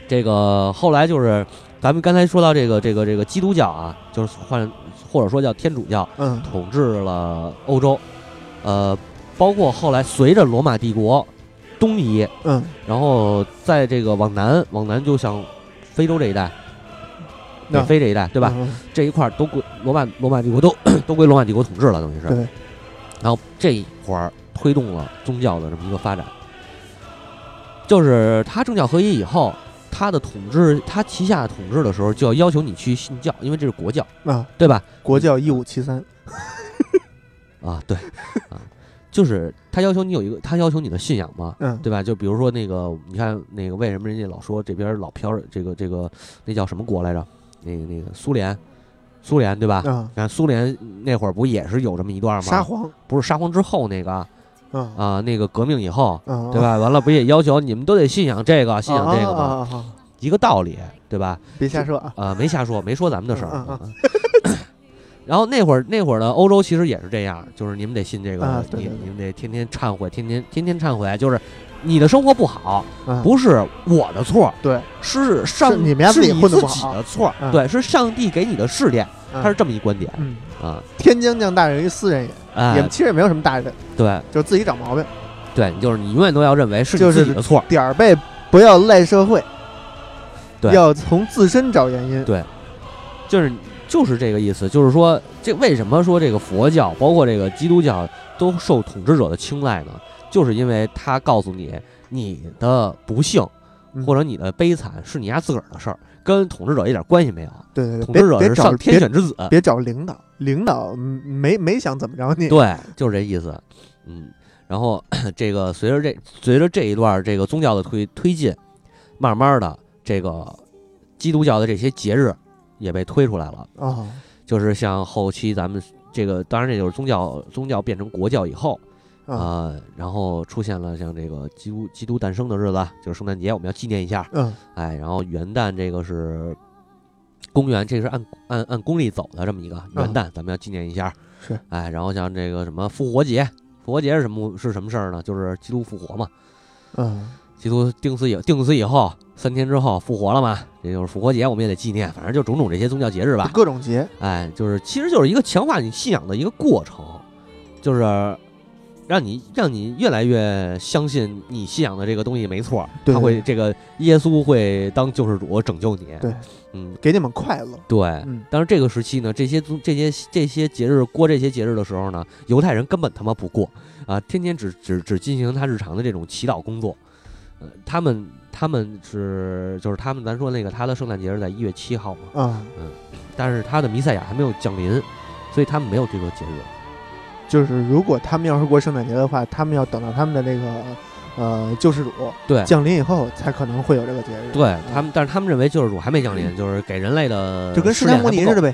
这个后来就是咱们刚才说到这个这个这个基督教啊，就是换或者说叫天主教嗯统治了欧洲，呃，包括后来随着罗马帝国东移，嗯然后在这个往南往南就像非洲这一带。北那非这一带，对对吧？？这一块儿都归罗马罗马帝国都 <coughs> 都归罗马帝国统治了，等于是。对。然后这一会儿推动了宗教的这么一个发展，就是他政教合一以后，他的统治，他旗下统治的时候就要要求你去信教，因为这是国教，啊，对吧？国教一五七三，啊，对，啊，就是他要求你有一个，他要求你的信仰嘛，嗯对吧？就比如说那个，你看那个，为什么人家老说这边老飘着这个这个那叫什么国来着？那个那个苏联，苏联对吧？啊，你看苏联那会儿不也是有这么一段吗？沙皇不是沙皇之后那个啊、啊那个革命以后，啊，对吧？完了不也要求你们都得信仰这个，信仰这个啊吗？啊啊啊啊一个道理，对吧？别瞎说啊，啊、没瞎说，没说咱们的事儿。嗯嗯啊 <laughs> 然后那会儿那会儿的欧洲其实也是这样，就是你们得信这个，啊对你对对你们得天天忏悔，天天天天忏悔，就是你的生活不好，啊不是我的错，对，是上是你们家自是己混得自不己好的错，嗯对，是上帝给你的试炼，嗯他是这么一观点嗯，啊，天将降大任于斯人也，哎也，其实也没有什么大人，对就是自己找毛病，对，就是你永远都要认为是你就是自己的错，点儿背不要赖社会，对要从自身找原因，就是就是这个意思，就是说这为什么说这个佛教包括这个基督教都受统治者的青睐呢？就是因为他告诉你你的不幸嗯或者你的悲惨是你家自个儿的事儿，跟统治者一点关系没有。对对统对，治者别是别找上天别选之子，别找领导，领导嗯没没想怎么着你，对，就是这意思。嗯，然后 <clears throat> 这个随着这随着这一段这个宗教的推推进，慢慢的这个基督教的这些节日也被推出来了，哦，就是像后期咱们这个，当然这就是宗教宗教变成国教以后啊，啊、然后出现了像这个基督基督诞生的日子，啊就是圣诞节，我们要纪念一下。嗯哎，然后元旦这个是。公元这是按按按公历走的这么一个元旦，咱们要纪念一下。啊是，哎，然后像这个什么复活节，复活节是什么是什么事儿呢？就是基督复活嘛。嗯基督定死以定死以后，三天之后复活了嘛，也就是复活节，我们也得纪念。反正就种种这些宗教节日吧。各种节，哎，就是其实就是一个强化你信仰的一个过程，就是让你让你越来越相信你信仰的这个东西没错儿，对他会这个耶稣会当救世主拯救你。对，嗯，给你们快乐，对。嗯但是这个时期呢，这些宗这些这些节日过这些节日的时候呢，犹太人根本他妈不过啊，天天只只只进行他日常的这种祈祷工作。呃，他们他们是就是他们，咱说那个他的圣诞节是在一月七号嘛，啊，但是他的弥赛亚还没有降临，所以他们没有这个节日。就是如果他们要是过圣诞节的话，他们要等到他们的这个呃救世主对降临以后，才可能会有这个节日，，嗯对他们，但是他们认为救世主还没降临，就是给人类的就跟释施迦展牟尼似的呗。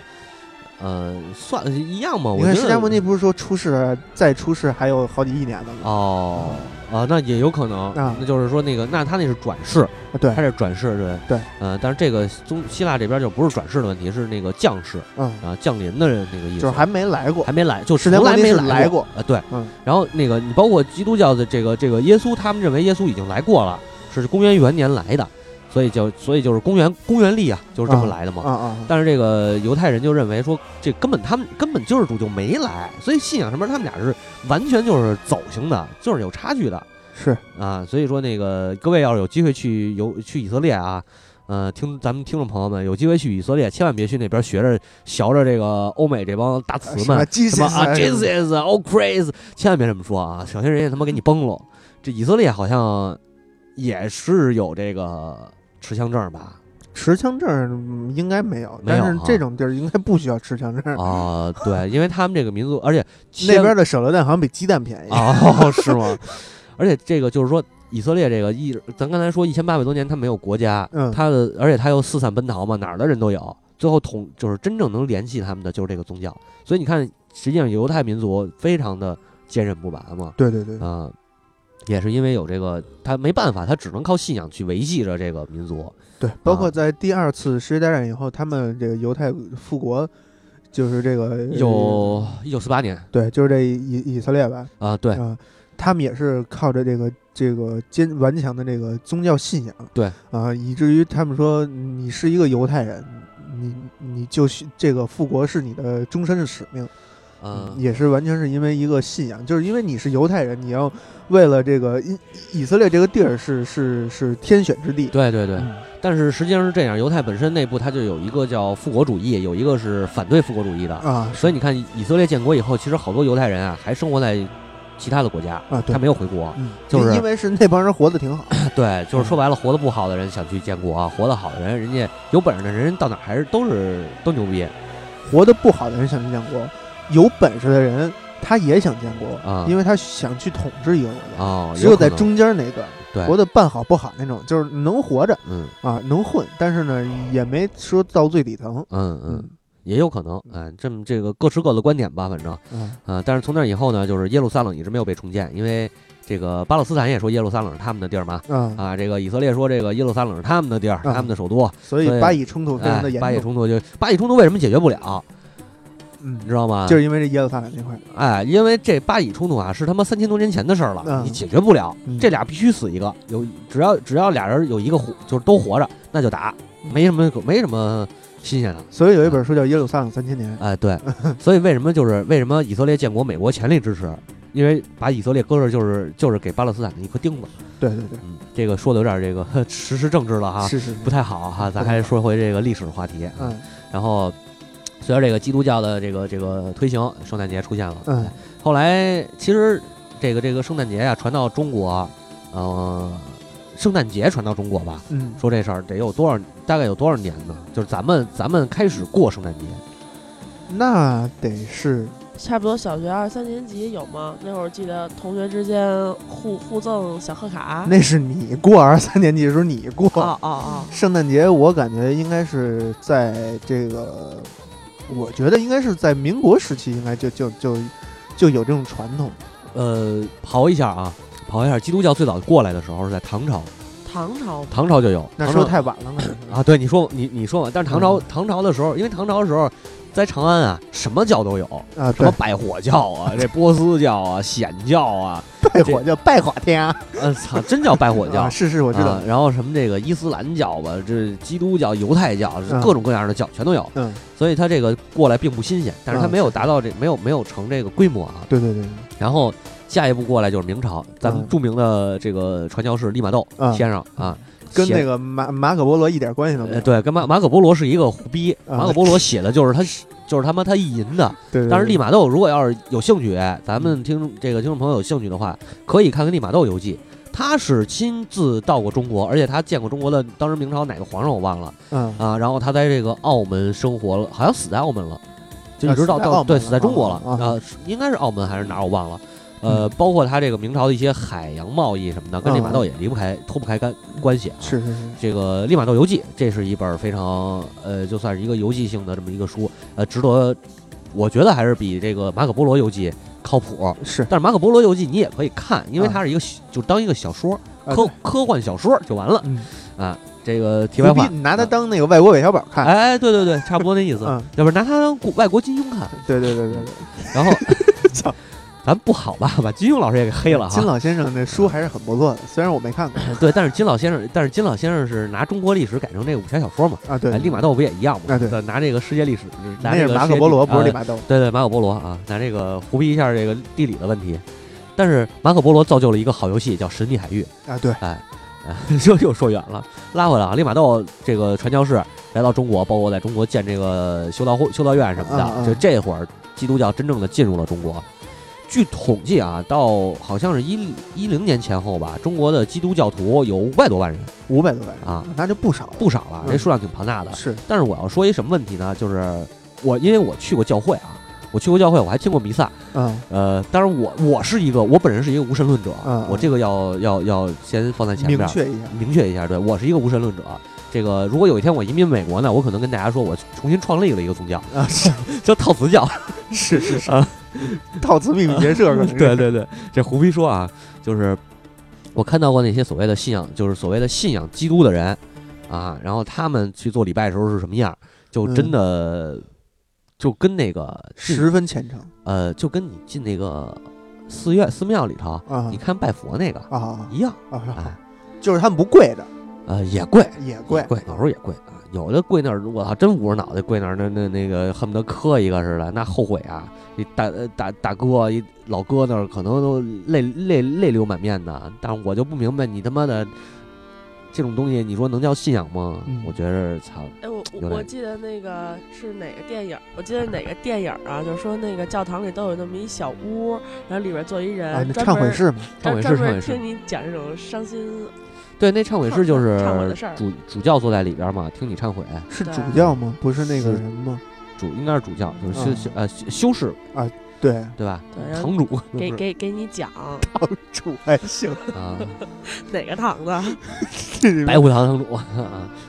呃，算一样嘛。你我觉看得释迦牟尼不是说出世再出世还有好几亿年了吗？哦啊，那也有可能，啊那就是说那个，那他那是转世，啊对他，是转世对对，呃，但是这个中希腊这边就不是转世的问题，是那个降世嗯，啊降临的那个意思，就是还没来过，还没来，就释从迦牟来尼没是来过过啊，对，嗯然后那个你包括基督教的这个这个耶稣，他们认为耶稣已经来过了，是公元元年来的，所以就所以就是公元公元历啊，就是这么啊来的嘛。啊啊，但是这个犹太人就认为说，这根本他们根本救世主就没来，所以信仰上面他们俩是完全就是走形的，就是有差距的。是啊，所以说那个各位要是有机会去游去以色列啊，呃，听咱们听众朋友们有机会去以色列，千万别去那边学着学着这个欧美这帮大词什们么，Jesus 什么啊啊，Jesus all crazy，千万别这么说啊，小心人家他妈给你崩了。这以色列好像也是有这个持枪证吧？持枪证嗯应该没有，没有但是哈这种地儿应该不需要持枪证。啊，对，因为他们这个民族，而且嗯那千边的手榴弹好像比鸡蛋便宜。 <laughs> 哦，是吗？而且这个就是说，以色列这个一，咱刚才说一千八百多年，它没有国家，嗯它的而且它又四散奔逃嘛，哪儿的人都有。最后统就是真正能联系他们的就是这个宗教，所以你看，实际上犹太民族非常的坚韧不拔嘛，对对对，啊、也是因为有这个，他没办法，他只能靠信仰去维系着这个民族。对，包括啊在第二次世界大战以后，他们这个犹太复国，就是这个呃一九一九四八年对，就是这以以色列吧，啊，对，啊，他们也是靠着这个这个坚顽强的这个宗教信仰，对啊，以至于他们说你是一个犹太人，你你就需这个复国是你的终身的使命。嗯，也是完全是因为一个信仰，就是因为你是犹太人，你要为了这个以以色列这个地儿是是是天选之地。对对对，嗯但是实际上是这样，犹太本身内部它就有一个叫复国主义，有一个是反对复国主义的。啊所以你看，以色列建国以后，其实好多犹太人啊还生活在其他的国家，啊，对他，没有回国。嗯就是因为是那帮人活得挺好，对，就是说白了，活得不好的人想去建国啊，活得好的人，人家有本事的人到哪儿还是都是都牛逼活得不好的人想去建国，有本事的人他也想建国，啊因为他想去统治一个国家。哦。只有在可能中间那段，对活得半好不好那种，就是能活着嗯啊，能混，但是呢，也没说到最底层。嗯啊嗯，也有可能，哎，这么这个各持各的观点吧，反正啊、嗯但是从那以后呢，就是耶路撒冷一直没有被重建，因为这个巴勒斯坦也说耶路撒冷是他们的地儿嘛，啊，啊，这个以色列说这个耶路撒冷是他们的地儿，嗯他们的首都，所以所以巴以冲突非常的哎，严巴以重，冲突就巴以冲突为什么解决不了，嗯你，知道吗？就是因为这耶路撒冷这块儿，哎，因为这巴以冲突啊，是他妈三千多年前的事儿了，嗯你解决不了，嗯这俩必须死一个，有只要只要俩人有一个活，就是都活着，那就打，没什么没什么新鲜的。所以有一啊本书叫《耶路撒冷三千年》，哎， <laughs> 对，所以为什么就是为什么以色列建国，美国全力支持？因为把以色列搁着就是就是给巴勒斯坦的一颗钉子。对对对，嗯，这个说的有点这个呵实施政治了哈，是是是啊不太好哈。咱还是说回这个历史话题。嗯然后随着这个基督教的这个这个推行，圣诞节出现了。嗯，后来其实这个这个圣诞节呀、传到中国，呃，圣诞节传到中国吧，嗯，说这事儿得有多少，大概有多少年呢？就是咱们咱们开始过圣诞节，那得是差不多小学二三年级有吗？那会儿记得同学之间互互赠小贺啊卡。那是你过二三年级的时候你过，哦哦哦，圣诞节我感觉应该是在这个，我觉得应该是在民国时期，应该就就就就有这种传统。呃，刨一下啊，刨一下，基督教最早过来的时候是在唐朝，唐朝唐朝就有，那唐说嗯朝得太晚了 <clears throat> 可能啊，对，你说你你说吧，但是唐朝、唐朝的时候，因为唐朝的时候，在长安啊，什么教都有，啊，什对，么拜火教啊，这波斯教啊，显教啊，拜火叫拜火天啊，呃，操，真叫 <laughs> 拜火教。啊是是，我知道啊，，然后什么这个伊斯兰教吧，这基督教、犹太教，嗯各种各样的教全都有，嗯，所以他这个过来并不新鲜，但是他嗯没有达到这没有没有成这个规模啊。对对对，然后下一步过来就是明朝，咱们嗯著名的这个传教士利玛窦嗯先生啊，跟写那个马马可波罗一点关系都没呃，有。对，跟马马可波罗是一个胡逼，啊马可波罗写的就是他，就是他妈他意淫的。对，对嗯但是利对玛窦如果要是有兴趣，咱们听这个听众朋友有兴趣的话，可以看看利玛窦游记。他是亲自到过中国，而且他见过中国的当时明朝哪个皇上我忘了嗯，啊。然后他在这个澳门生活了，好像死在澳门了，就一啊直死到在澳到门对了死在中国了啊啊嗯啊，是应该是澳门还是哪儿我忘了。呃，包括他这个明朝的一些海洋贸易什么的，跟利玛窦也离不开脱不开干关系啊。是是是，这个《利玛窦游记》，这是一本非常呃，就算是一个游记性的这么一个书，呃，值得，我觉得还是比这个《马可波罗游记》靠谱。是但是《马可波罗游记》你也可以看，因为啊它是一个小、就当一个小说，啊科对科幻小说就完了。嗯啊，这个题外话啊不，必拿它当那个外国韦小宝看，哎，对对对，差不多那意思。嗯要不然拿它当古外国金庸看，对对对对对，然后 <laughs> 操，咱不好吧，把金庸老师也给黑了哈。啊金老先生那书还是很不错的，虽然我没 <laughs> 看过对，但是金老先生，但是金老先生是拿中国历史改成这个武侠小说嘛？啊，对哎，，利玛窦不也一样吗？啊对拿这个世界历史，拿那这是个马世界可波罗，地不是利。呃玛窦，对对，马可波罗啊，拿这个胡逼一下这个地理的问题。但是马可波罗造就了一个好游戏，叫《神秘海域啊，对，》啊， <laughs> 又又说远了，拉回来啊。利玛窦这个传教士来到中国，包括在中国建这个修道会、修道院什么的，嗯嗯就这会儿基督教真正的进入了中国。据统计啊，到好像是一一零年前后吧，中国的基督教徒有五百多万人五百多万人啊，那就不少了，不少了，这嗯数量挺庞大的。是但是我要说一什么问题呢？就是我因为我去过教会啊，我去过教会，我还听过弥撒。嗯。呃，当然我我是一个我本人是一个无神论者，啊嗯我这个要要要先放在前面明确 <laughs> 一下，明确一下，对我是一个无神论者。这个如果有一天我移民美国呢，我可能跟大家说我重新创立了一个宗教，啊，是 <laughs> 叫套词 <laughs> 教。是是是啊，套词秘密结社可能是 <laughs> 对对对，这胡逼说啊，就是我看到过那些所谓的信仰，就是所谓的信仰基督的人啊，然后他们去做礼拜的时候是什么样儿，就真嗯的、就跟那个进十分虔诚呃，就跟你进那个寺院寺庙里头，啊你看拜佛那个啊啊一样，啊啊哎，，就是他们不跪着，呃，也贵。也跪也，贵，有时候也贵啊。有的跪那儿，我操，真捂着脑袋跪那儿，那那那个恨不得磕一个似的，那后悔啊！一大呃大大哥一老哥那儿可能都泪泪泪流满面的。但是我就不明白，你他妈的这种东西，你说能叫信仰吗？嗯我觉着操，哎，我有我点我记得那个是哪个电影儿？我记得哪个电影儿啊？就是说那个教堂里都有那么一小屋，然后里边坐一人，啊，那哎专忏门悔室嘛，忏专悔专室，忏悔门室听，你讲这种伤心。对，那忏悔室就忏悔是的事儿主主教坐在里边嘛，听你忏悔，是对主教吗？不是那个是人吗？主应该是主教，就是修嗯修呃修修士 <laughs> 对，哦对吧？对，然后堂主 <laughs> 嗯给给给你讲主还行，啊。哪个堂的？嗯白虎堂堂主 <laughs> 啊，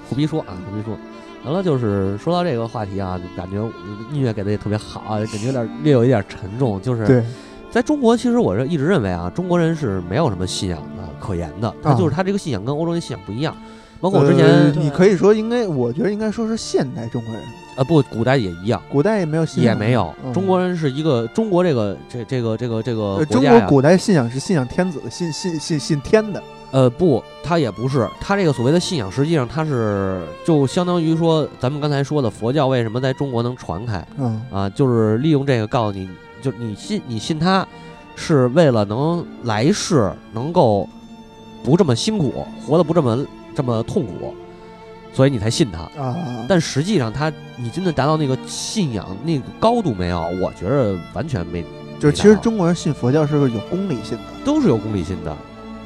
虎逼说啊，虎逼说。完了，就是说到这个话题啊，就感觉音乐给的也特别好啊，感觉有点略有一点沉重。就 <laughs> 是对，在中国，其实我是一直认为啊，中国人是没有什么信仰的可言的，他啊就是他这个信仰跟欧洲人信仰不一样。包括我之呃前你可以说应该，我觉得应该说是现代中国人，啊，不，古代也一样，古代也没有信也仰，没有。嗯中国人是一个中国这个这这个这个这个呃。国中家国呀，古代信仰是信仰天子的，信信信信天的，呃，不，他也不是，他这个所谓的信仰，实际上他是就相当于说咱们刚才说的佛教为什么在中国能传开。嗯，啊，就是利用这个告诉你，就你信你信他，是为了能来世能够不这么辛苦，活得不这么这么痛苦，所以你才信他。啊，但实际上他，你真的达到那个信仰那个高度没有？我觉着完全没，就是其实中国人信佛教是有公理信的，都是有功利心的。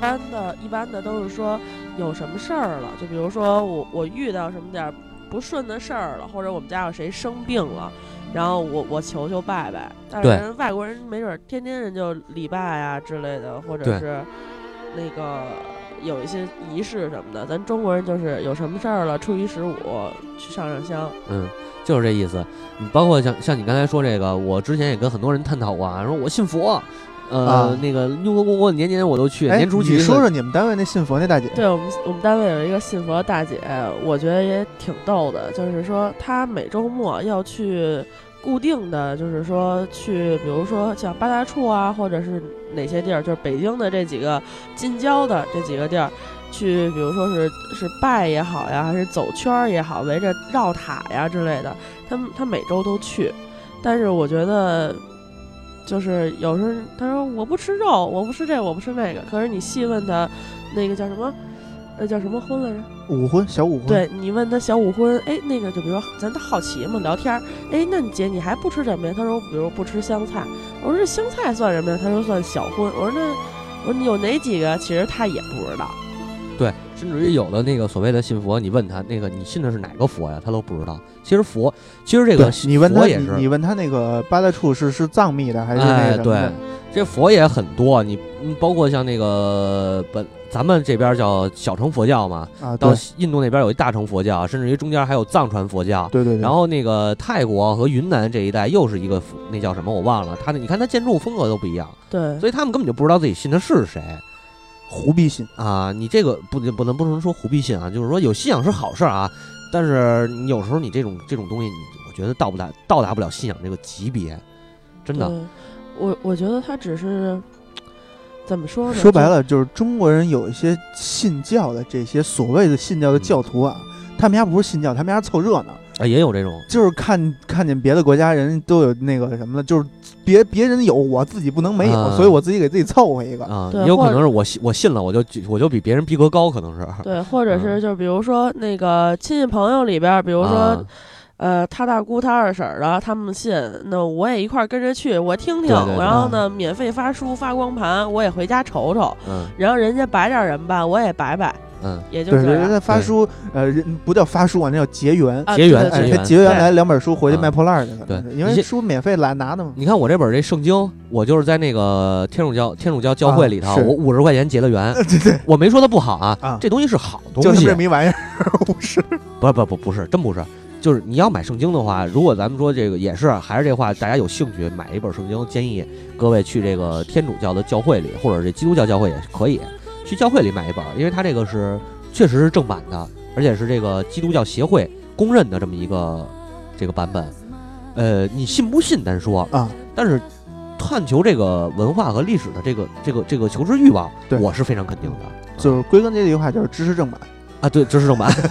般的一般的都是说有什么事儿了，就比如说我我遇到什么点儿不顺的事儿了，或者我们家有谁生病了。然后我我求求拜拜，但是对人外国人没准儿天天人就礼拜啊之类的，或者对是那个有一些仪式什么的。咱中国人就是有什么事儿了，初一十五去上上香。嗯，就是这意思。你包括像像你刚才说这个，我之前也跟很多人探讨过啊，说我信佛，呃，啊那个雍和宫我年年我都去，哎，年初去你一次。说说你们单位那信佛那大姐，对我们我们单位有一个信佛的大姐，我觉得也挺逗的，就是说她每周末要去固定的，就是说去，比如说像八大处啊，或者是哪些地儿，就是北京的这几个近郊的这几个地儿。去，比如说是是拜也好呀，还是走圈儿也好，围着绕塔呀之类的，他们他每周都去，但是我觉得就是有时候他说我不吃肉，我不吃这，我不吃那个。可是你细问他，那个叫什么，呃，叫什么婚来着？五婚小五婚，，对你问他小五婚，哎，那个就比如说咱都好奇嘛，聊天儿，哎，那你姐你还不吃什么呀？他说，比如不吃香菜。我说这香菜算什么呀？他说算小荤。我说那我说你有哪几个？其实他也不知道。对，甚至于有的那个所谓的信佛，你问他那个你信的是哪个佛呀，他都不知道。其实佛，其实这对个你问他，佛也你是你问他那个八大处是是藏密的还是那哎，个什么对的？，这佛也很多，你嗯包括像那个本咱们这边叫小乘佛教嘛，啊，对到印度那边有一大乘佛教，甚至于中间还有藏传佛教。对对对，然后那个泰国和云南这一带又是一个佛那叫什么我忘了，他那你看他建筑风格都不一样，对，所以他们根本就不知道自己信的是谁胡必信，啊！你这个不不能不能说胡必信啊，就是说有信仰是好事儿啊，但是你有时候你这种这种东西，你我觉得到不达到达不了信仰这个级别，真的。对我我觉得他只是怎么说呢？说白就了就是中国人有一些信教的这些所谓的信嗯教的教徒啊，他们家不是信教，他们家凑热闹。啊，也有这种，就是看看见别的国家人都有那个什么的，就是别别人有，我自己不能没有，啊所以我自己给自己凑合一个。啊，对也有或可者能是我信我信了，我就我就比别人逼格高，可能是。对，或者是嗯就比如说那个亲戚朋友里边儿，比如说啊呃，他大姑、他二婶儿啊，他们信，那我也一块儿跟着去，我听听。对对对然后呢，免费发书、发光盘，我也回家瞅瞅。嗯然后人家摆点儿人吧，我也摆摆，嗯，也就对，这人样。家发书，呃，人不叫发书啊，那叫结缘。啊结对缘对哎，结对他缘结缘对来两本书回去卖破烂儿去了，啊对因一为些书免费来拿的嘛。你看我这本这圣经，我就是在那个天主教天主教教会里头，啊是我五十块钱结了缘，对对，我没说它不好啊，啊这东西是好嗯东就是西，啊这么一玩意儿， <laughs> 不是不不不不是，真不是。就是你要买圣经的话，如果咱们说这个也是，还是这话，大家有兴趣买一本圣经，建议各位去这个天主教的教会里，或者这基督教教会也可以，去教会里买一本，因为它这个是确实是正版的，而且是这个基督教协会公认的这么一个这个版本。呃，你信不信单说，啊，但是探求这个文化和历史的这个这个这个求知欲望，对我是非常肯定的。就是归根结底的话，就是支持正版。啊，对，知识 <laughs> 正版是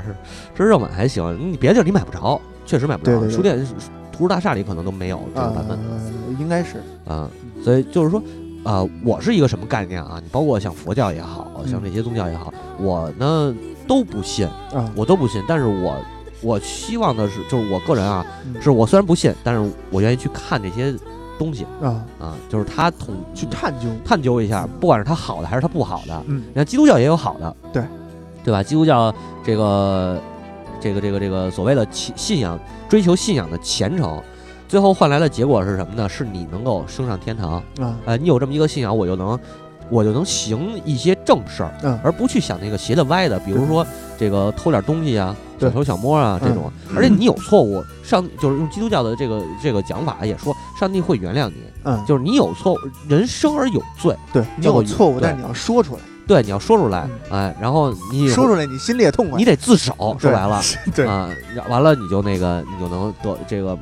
知识正版还行，你别的地儿你买不着，确实买不着。对对对书店、图书大厦里可能都没有这个版本呃，应该是啊、所以就是说，啊、我是一个什么概念啊？你包括像佛教也好像嗯这些宗教也好，我呢都不信，啊，我都不信。但是我我希望的是，就是我个人啊，嗯是我虽然不信，但是我愿意去看这些东西啊，啊，就是他统去探究，探究一下，不管是它好的还是它不好的。嗯你看基督教也有好的，对对吧？基督教这个这个这个这个所谓的信信仰，追求信仰的虔诚，最后换来的结果是什么呢？是你能够升上天堂。啊，呃，你有这么一个信仰，我就能我就能行一些正事儿，嗯而不去想那个邪的歪的，比如说这个偷点东西啊，小对嗯偷小摸啊这种。而且你有错误，上就是用基督教的这个这个讲法也说，上帝会原谅你。嗯，就是你有错，人生而有罪，对你教有育错误，对但是你要说出来，对，你要说出来，哎，然后你嗯说出来你心里也痛快你。得自首，说对白了，对啊，完了你就那个你就能得这个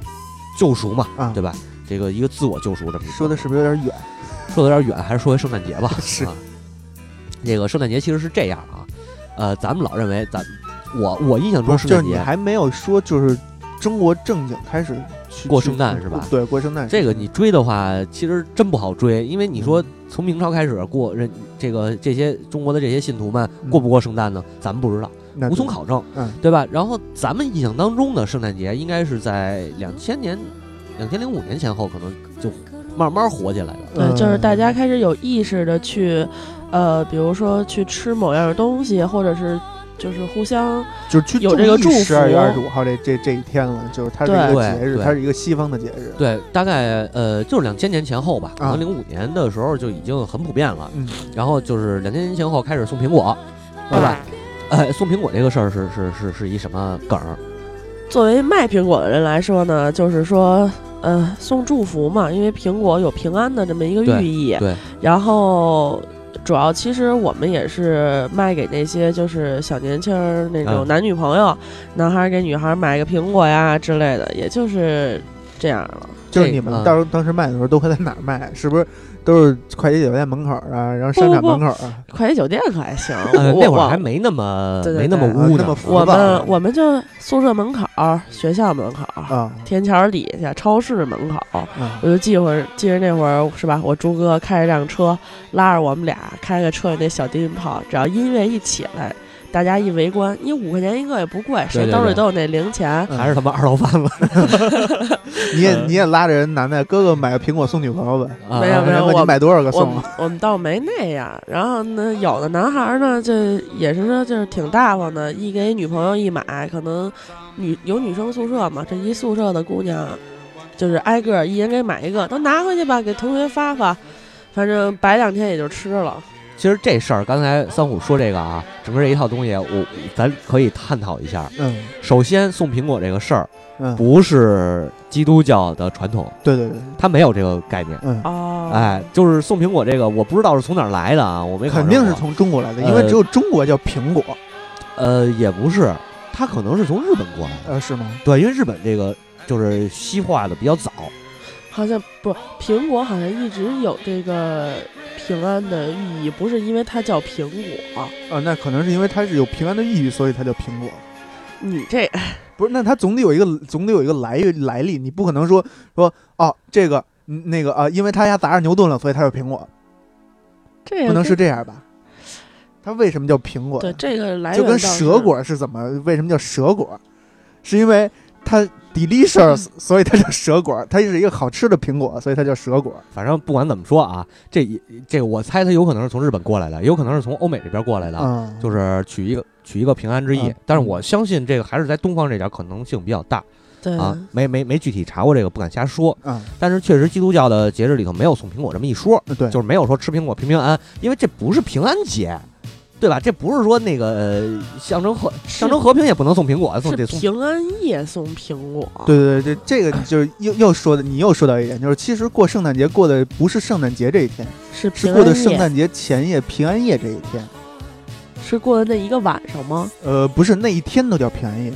救赎嘛，啊对吧？这个一个自我救赎这么一个说的是不是有点远？啊说的有点远，还是说回圣诞节吧。 <laughs> 是啊，这个圣诞节其实是这样啊，呃，咱们老认为咱我我印象不中是，圣就是诞你节还没有说，就是中国正经开始去过去圣诞是吧对，过圣诞这个你追的话，其实真不好追，因为你说嗯从明朝开始过人这个这些中国的这些信徒们嗯过不过圣诞呢？咱们不知道。那无从对考证，嗯对吧？然后咱们印象当中的圣诞节应该是在两千年、两千零五年前后，可能就慢慢火起来的。对，就是嗯大家开始有意识的去，呃，比如说去吃某样东西，或者是就是互相就是去有这个祝福十二月二十五号这这这一天了，就是它是一个对节日，对它是一个西方的节日。对，大概呃就是两千年前后吧，可啊能零五年的时候就已经很普遍了。嗯，然后就是两千年前后开始送苹果，对吧？哎，送苹果这个事儿是是是是一什么梗儿？作为卖苹果的人来说呢，就是说，呃，送祝福嘛，因为苹果有平安的这么一个寓意。对，然后，主要其实我们也是卖给那些就是小年轻儿那种嗯男女朋友，男孩儿给女孩儿买个苹果呀之类的，也就是这样了。就是这你嗯们到时候当时卖的时候都会在哪儿卖？是不是都是快捷酒店门口啊，然后商场不不门不口啊？快捷酒店可还行，呃，那我会我儿还没那么对对没那么对啊污那呢么。浮我躁们我们就宿舍门口儿、学校门口嗯儿、啊天桥底下、超市门口儿，啊我就记会儿，记着那会儿是吧？我朱哥开着辆车，拉着我们俩开个车，那小低音炮，只要音乐一起来，大家一围观，因为五块钱一个也不贵，谁对兜对里都有那零钱。嗯还是他妈二道贩子你也呃你也拉着人男的哥哥买个苹果送女朋友呗，啊！没有没人有家问我你买多少个我送们啊？我们倒没那样，然后呢，有的男孩儿呢，这也是说就是挺大方的，一给女朋友一买，可能女有女生宿舍嘛，这一宿舍的姑娘就是挨个儿一人给买一个，都拿回去吧，给同学发发，反正摆两天也就吃了。其实这事儿，刚才三虎说这个啊，整个这一套东西，我咱可以探讨一下。嗯首先，送苹果这个事儿嗯，不是基督教的传统，对对对，它没有这个概念。嗯，哦，哎，就是送苹果这个，我不知道是从哪儿来的啊，我没考肯证定是过从中国来的，因为呃只有中国叫苹果，呃，也不是，它可能是从日本过来的。呃，是吗？对，因为日本这个就是西化的比较早，好像不，苹果好像一直有这个平安的寓意，不是因为它叫苹果。啊，那可能是因为它是有平安的寓意，所以它叫苹果。你这不是，那它总得有一个，总得有一个来来历，你不可能说说哦，这个嗯那个啊，因为他家砸着牛顿了，所以他叫苹果，这个不能跟是这样吧？它为什么叫苹果？对这个来源就跟倒是蛇果是怎么？为什么叫蛇果？是因为它 delicious，所以它叫蛇果。它是一个好吃的苹果，所以它叫蛇果。反正不管怎么说啊，这也这个我猜它有可能是从日本过来的，有可能是从欧美这边过来的，嗯，就是取一个取一个平安之意。嗯但是我相信这个还是在东方这点可能性比较大对啊，没没没具体查过这个，不敢瞎说。嗯，但是确实基督教的节日里头没有送苹果这么一说，对，嗯就是没有说吃苹果平平安安，因为这不是平安节。对吧？这不是说那个、呃、象征和象征和平也不能送苹果，送是得送平安夜送苹果。对对对，这个就是又又说的，你又说到一点，就是其实过圣诞节过的不是圣诞节这一天，是是平安过夜，的圣诞节前夜、平安夜这一天。是过的那一个晚上吗？呃，不是那一天都叫平安夜，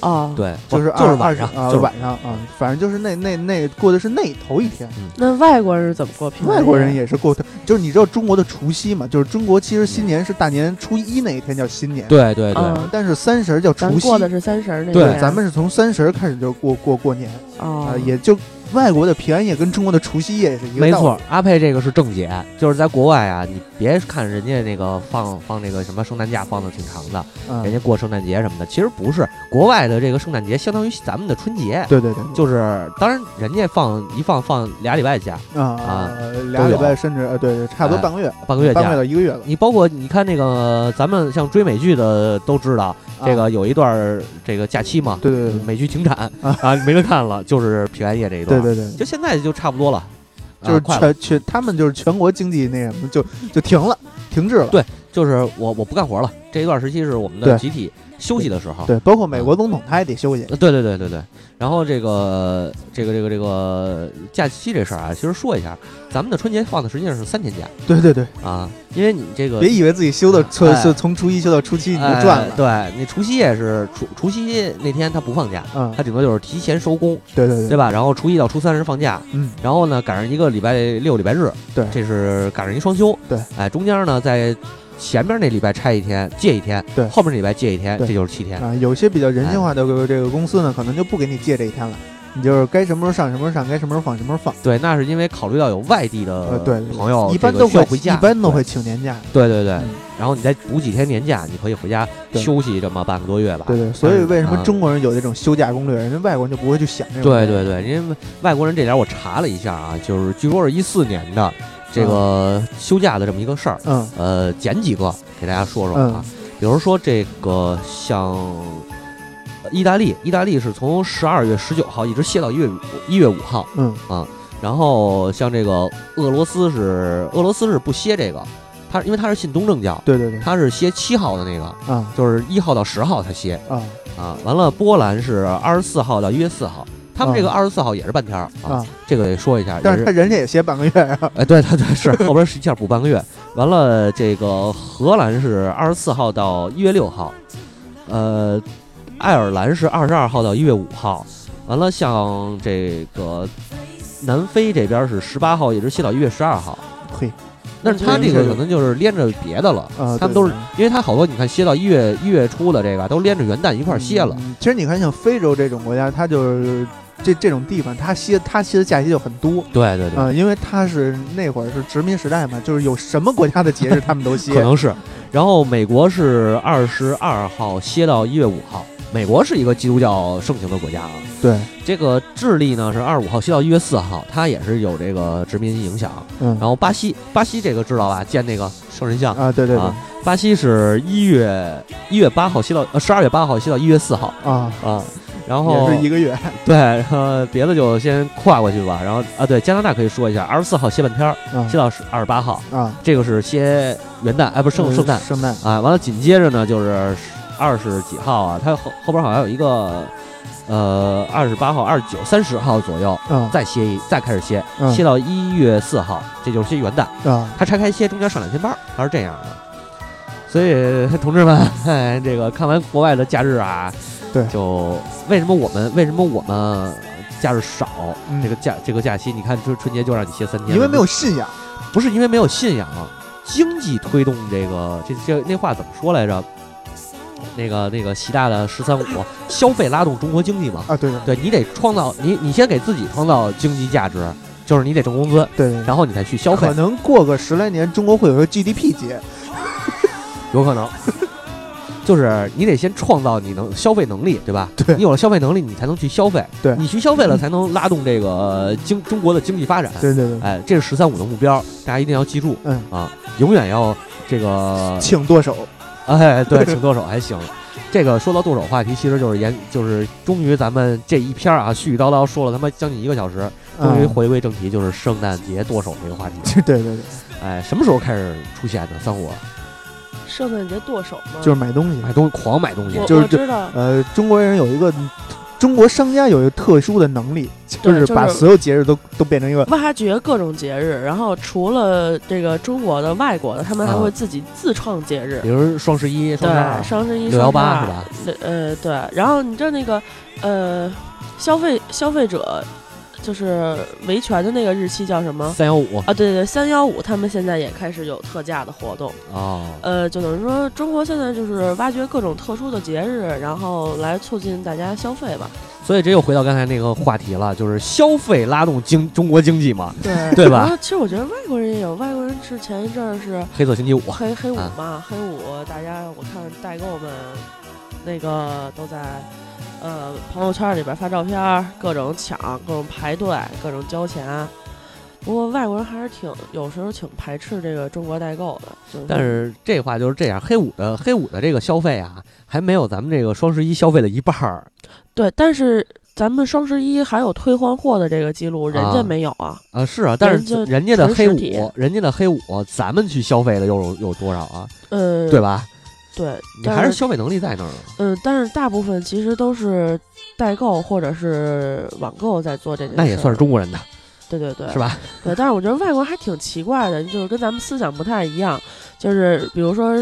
哦，，对，就是就二是二晚十上，啊就是晚上啊，反正就是那那那过的是那头一天。那外国人是怎么过平安夜？外国人也是过，就是你知道中国的除夕嘛，就是中国其实新年是大年初一那一天叫新年，对对对，嗯但是三十儿叫咱除夕过，的是三十儿那对天咱们是从三十儿开始就过过过年哦啊，，也就外国的平安夜跟中国的除夕夜也是一个没道理错，，阿佩这个是正解，就是在国外啊，你别看人家那个放放那个什么圣诞假放的挺长的，嗯人家过圣诞节什么的，其实不是，国外的这个圣诞节相当于咱们的春节，对对对，就是当然人家放一放放俩礼拜假，啊啊俩都礼有拜甚至呃对对，差不多哎半个月，半个月半个月假。到一个月了。你包括你看那个咱们像追美剧的都知道，这啊个有一段儿这个假期嘛，对对对美剧停产啊，没得看了，就是平安夜这一段对儿。对对，就现在就差不多了，啊就是快了全全他们就是全国经济那什么就就停了，停滞了。对就是我我不干活了，这一段时期是我们的对集体休息的时候。对，包括美国总统他也得休息。呃对对对对对，然后这个这个这个这个假期这事儿啊，其实说一下，咱们的春节放的实际上是三天假对对对，啊，因为你这个别以为自己休到从哎从初一休到初七你就哎赚了。对，你除夕夜是除除夕那天他不放假，嗯他，顶多就是提前收工，对对对对，哎吧？然后初一到初三是放假，嗯，然后呢赶上一个礼拜六、礼拜日，对这是赶上一双休，对，哎，中间呢在前面那礼拜拆一天，借一天，对后面那礼拜借一天，对嗯这就是七天。啊，有些比较人性化的这个公司呢，可能就不给你借这一天了，你就是该什么时候上什么时候上，该什么时候放什么时候放。对，那是因为考虑到有外地的呃，对，朋友，一般都会回家，一般都会请年假。对。对对对嗯，然后你再补几天年假，你可以回家对休息这么半个多月吧。对对，所以为什么啊中国人有这种休假攻略，人家外国人就不会去想这种。对对对，因为外国人这点我查了一下啊，就是据说是一四年的这个休假的这么一个事儿，嗯呃，捡几个给大家说说啊，比如说这个像呃意大利，意大利是从十二月十九号一直歇到一月一月五号，嗯然后像这个俄罗斯是俄罗斯是不歇这个，他因为他是信东正教，对对对，他是歇七号的那个，啊就是一号到十号他歇啊啊，完了波兰是二十四号到一月四号。他们这个啊二十四号也是半天儿啊，啊！这个得说一下，但也是他人家也歇半个月啊。哎，对对对，是后边是一下补半个月。完了，这个荷兰是二十四号到一月六号，呃，爱尔兰是二十二号到一月五号。完了，像这个南非这边是十八号一直歇到一月十二号，嘿，但是他这个可能就是连着别的了，啊，他对们都是因为他好多你看歇到一月一月初的这个都连着元旦一块儿歇了。嗯其实你看，像非洲这种国家，它就是这这种地方，它歇它歇的假期就很多。对对对，啊、因为它是那会儿是殖民时代嘛，就是有什么国家的节日他们都歇可。能是。然后美国是二十二号歇到一月五号。美国是一个基督教盛行的国家啊。对，这个智利呢是二十五号歇到一月四号，它也是有这个殖民影响。嗯，然后巴西，巴西这个知道吧？建那个圣人像。啊，对对对，啊巴西是一月一月八号歇到呃十二月八号歇到一月四号啊，啊。然后也是一个月。对，然后别的就先跨过去吧。然后啊，对，加拿大可以说一下，二十四号歇半天儿，啊歇到二十八号，啊，这个是歇元旦，哎，不是圣呃圣诞。圣诞啊，完了紧接着呢就是二十几号啊，它后后边好像有一个，呃，二十八号、二十九、三十号左右啊再歇一，再开始歇，嗯歇到一月四号，这就是歇元旦。啊，它拆开歇，中间上两天班，儿，它是这样的。所以，同志们， <laughs> 哎，这个看完国外的假日啊，对就为什么我们为什么我们假日少？嗯这个假这个假期，你看春春节就让你歇三天，因为没有信仰。不是因为没有信仰，啊经济推动这个这这那话怎么说来着？那个那个习大的“十三五”消费拉动中国经济嘛？啊，对对对你得创造你你先给自己创造经济价值，就是你得挣工资，对对，然后你再去消费可，能过个十来年，中国会有一个 GDP 节。有 <laughs> 可能。就是你得先创造你能消费能力，对吧？对你有了消费能力，你才能去消费。对你去消费了，才能拉动这个呃经中国的经济发展。对对对，哎，这是“十三五”的目标，大家一定要记住。嗯啊，永远要这个请剁手。哎，对，请剁手还行。这个说到剁手话题，其实就是延，就是终于咱们这一篇儿啊，絮絮叨叨说了他妈将近一个小时，终于嗯回归正题，就是圣诞节剁手这个话题。 <laughs> <laughs> 对对对，哎，什么时候开始出现的？三火圣诞节剁手吗？就是买东西。买东西，狂买东西我，就是我知道，呃，中国人有一个，中国商家有一个特殊的能力，就对是就是把所有节日都都变成一个挖掘各种节日，然后除了这个中国的、外国的，他们还啊会自己自创节日比。如双十一、双十二对，、双十一、啊六幺八双是十二吧？呃，对，然后你知道那个呃，消费消费者就是维权的那个日期叫什么？三幺五啊，对对对，三幺五，他们现在也开始有特价的活动。哦，呃，就等于说中国现在就是挖掘各种特殊的节日，然后来促进大家消费吧。所以这又回到刚才那个话题了，就是消费拉动经中国经济 <laughs> 嘛，对对然吧？后其实我觉得外国人也有，外国人是前一阵儿是黑色星期五，黑黑五啊嘛，黑五大家我看代购们那个都在呃朋友圈里边发照片儿，各种抢，各种排队，各种交钱。不过外国人还是挺有时候挺排斥这个中国代购的，就但是这话就是这样，黑五的黑五的这个消费啊，还没有咱们这个双十一消费的一半儿对，但是咱们双十一还有退换货的这个记录，人啊家没有啊。啊。是啊，但是人家人家的纯黑实体五，人家的黑五，咱们去消费的又有有多少啊？嗯，对？吧？对，你但还是消费能力在那儿呢。嗯，但是大部分其实都是代购或者是网购在做这件事，那也算是中国人的，对对对，是吧？对，但是我觉得外国人还挺奇怪的，就是跟咱们思想不太一样，就是比如说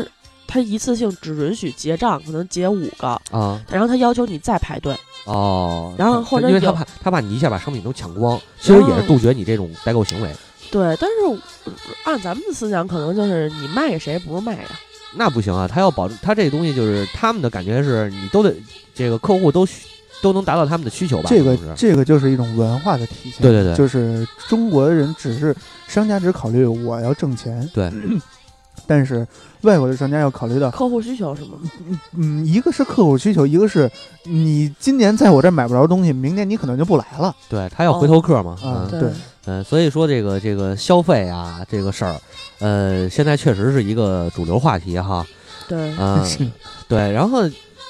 他一次性只允许结账，可能结五个，啊，然后他要求你再排队，哦，然后对或者因为他有怕他怕你一下把商品都抢光，其实也是杜绝你这种代购行为。对，但是呃按咱们的思想，可能就是你卖给谁不是卖给他，那不行啊，他要保证他这东西就是他们的感觉是你都得这个客户都需都能达到他们的需求 <laughs> 吧？这个可能是这个就是一种文化的体现。对对对就是中国人只是商家只考虑我要挣钱，对， <clears throat> 但是外国的商家要考虑到，客户需求是吗？嗯，一个是客户需求，一个是你今年在我这儿买不着东西，明年你可能就不来了对他要回头客嘛，啊。嗯对，嗯，所以说这个这个消费啊这个事儿，呃，现在确实是一个主流话题哈，对嗯，是对，然后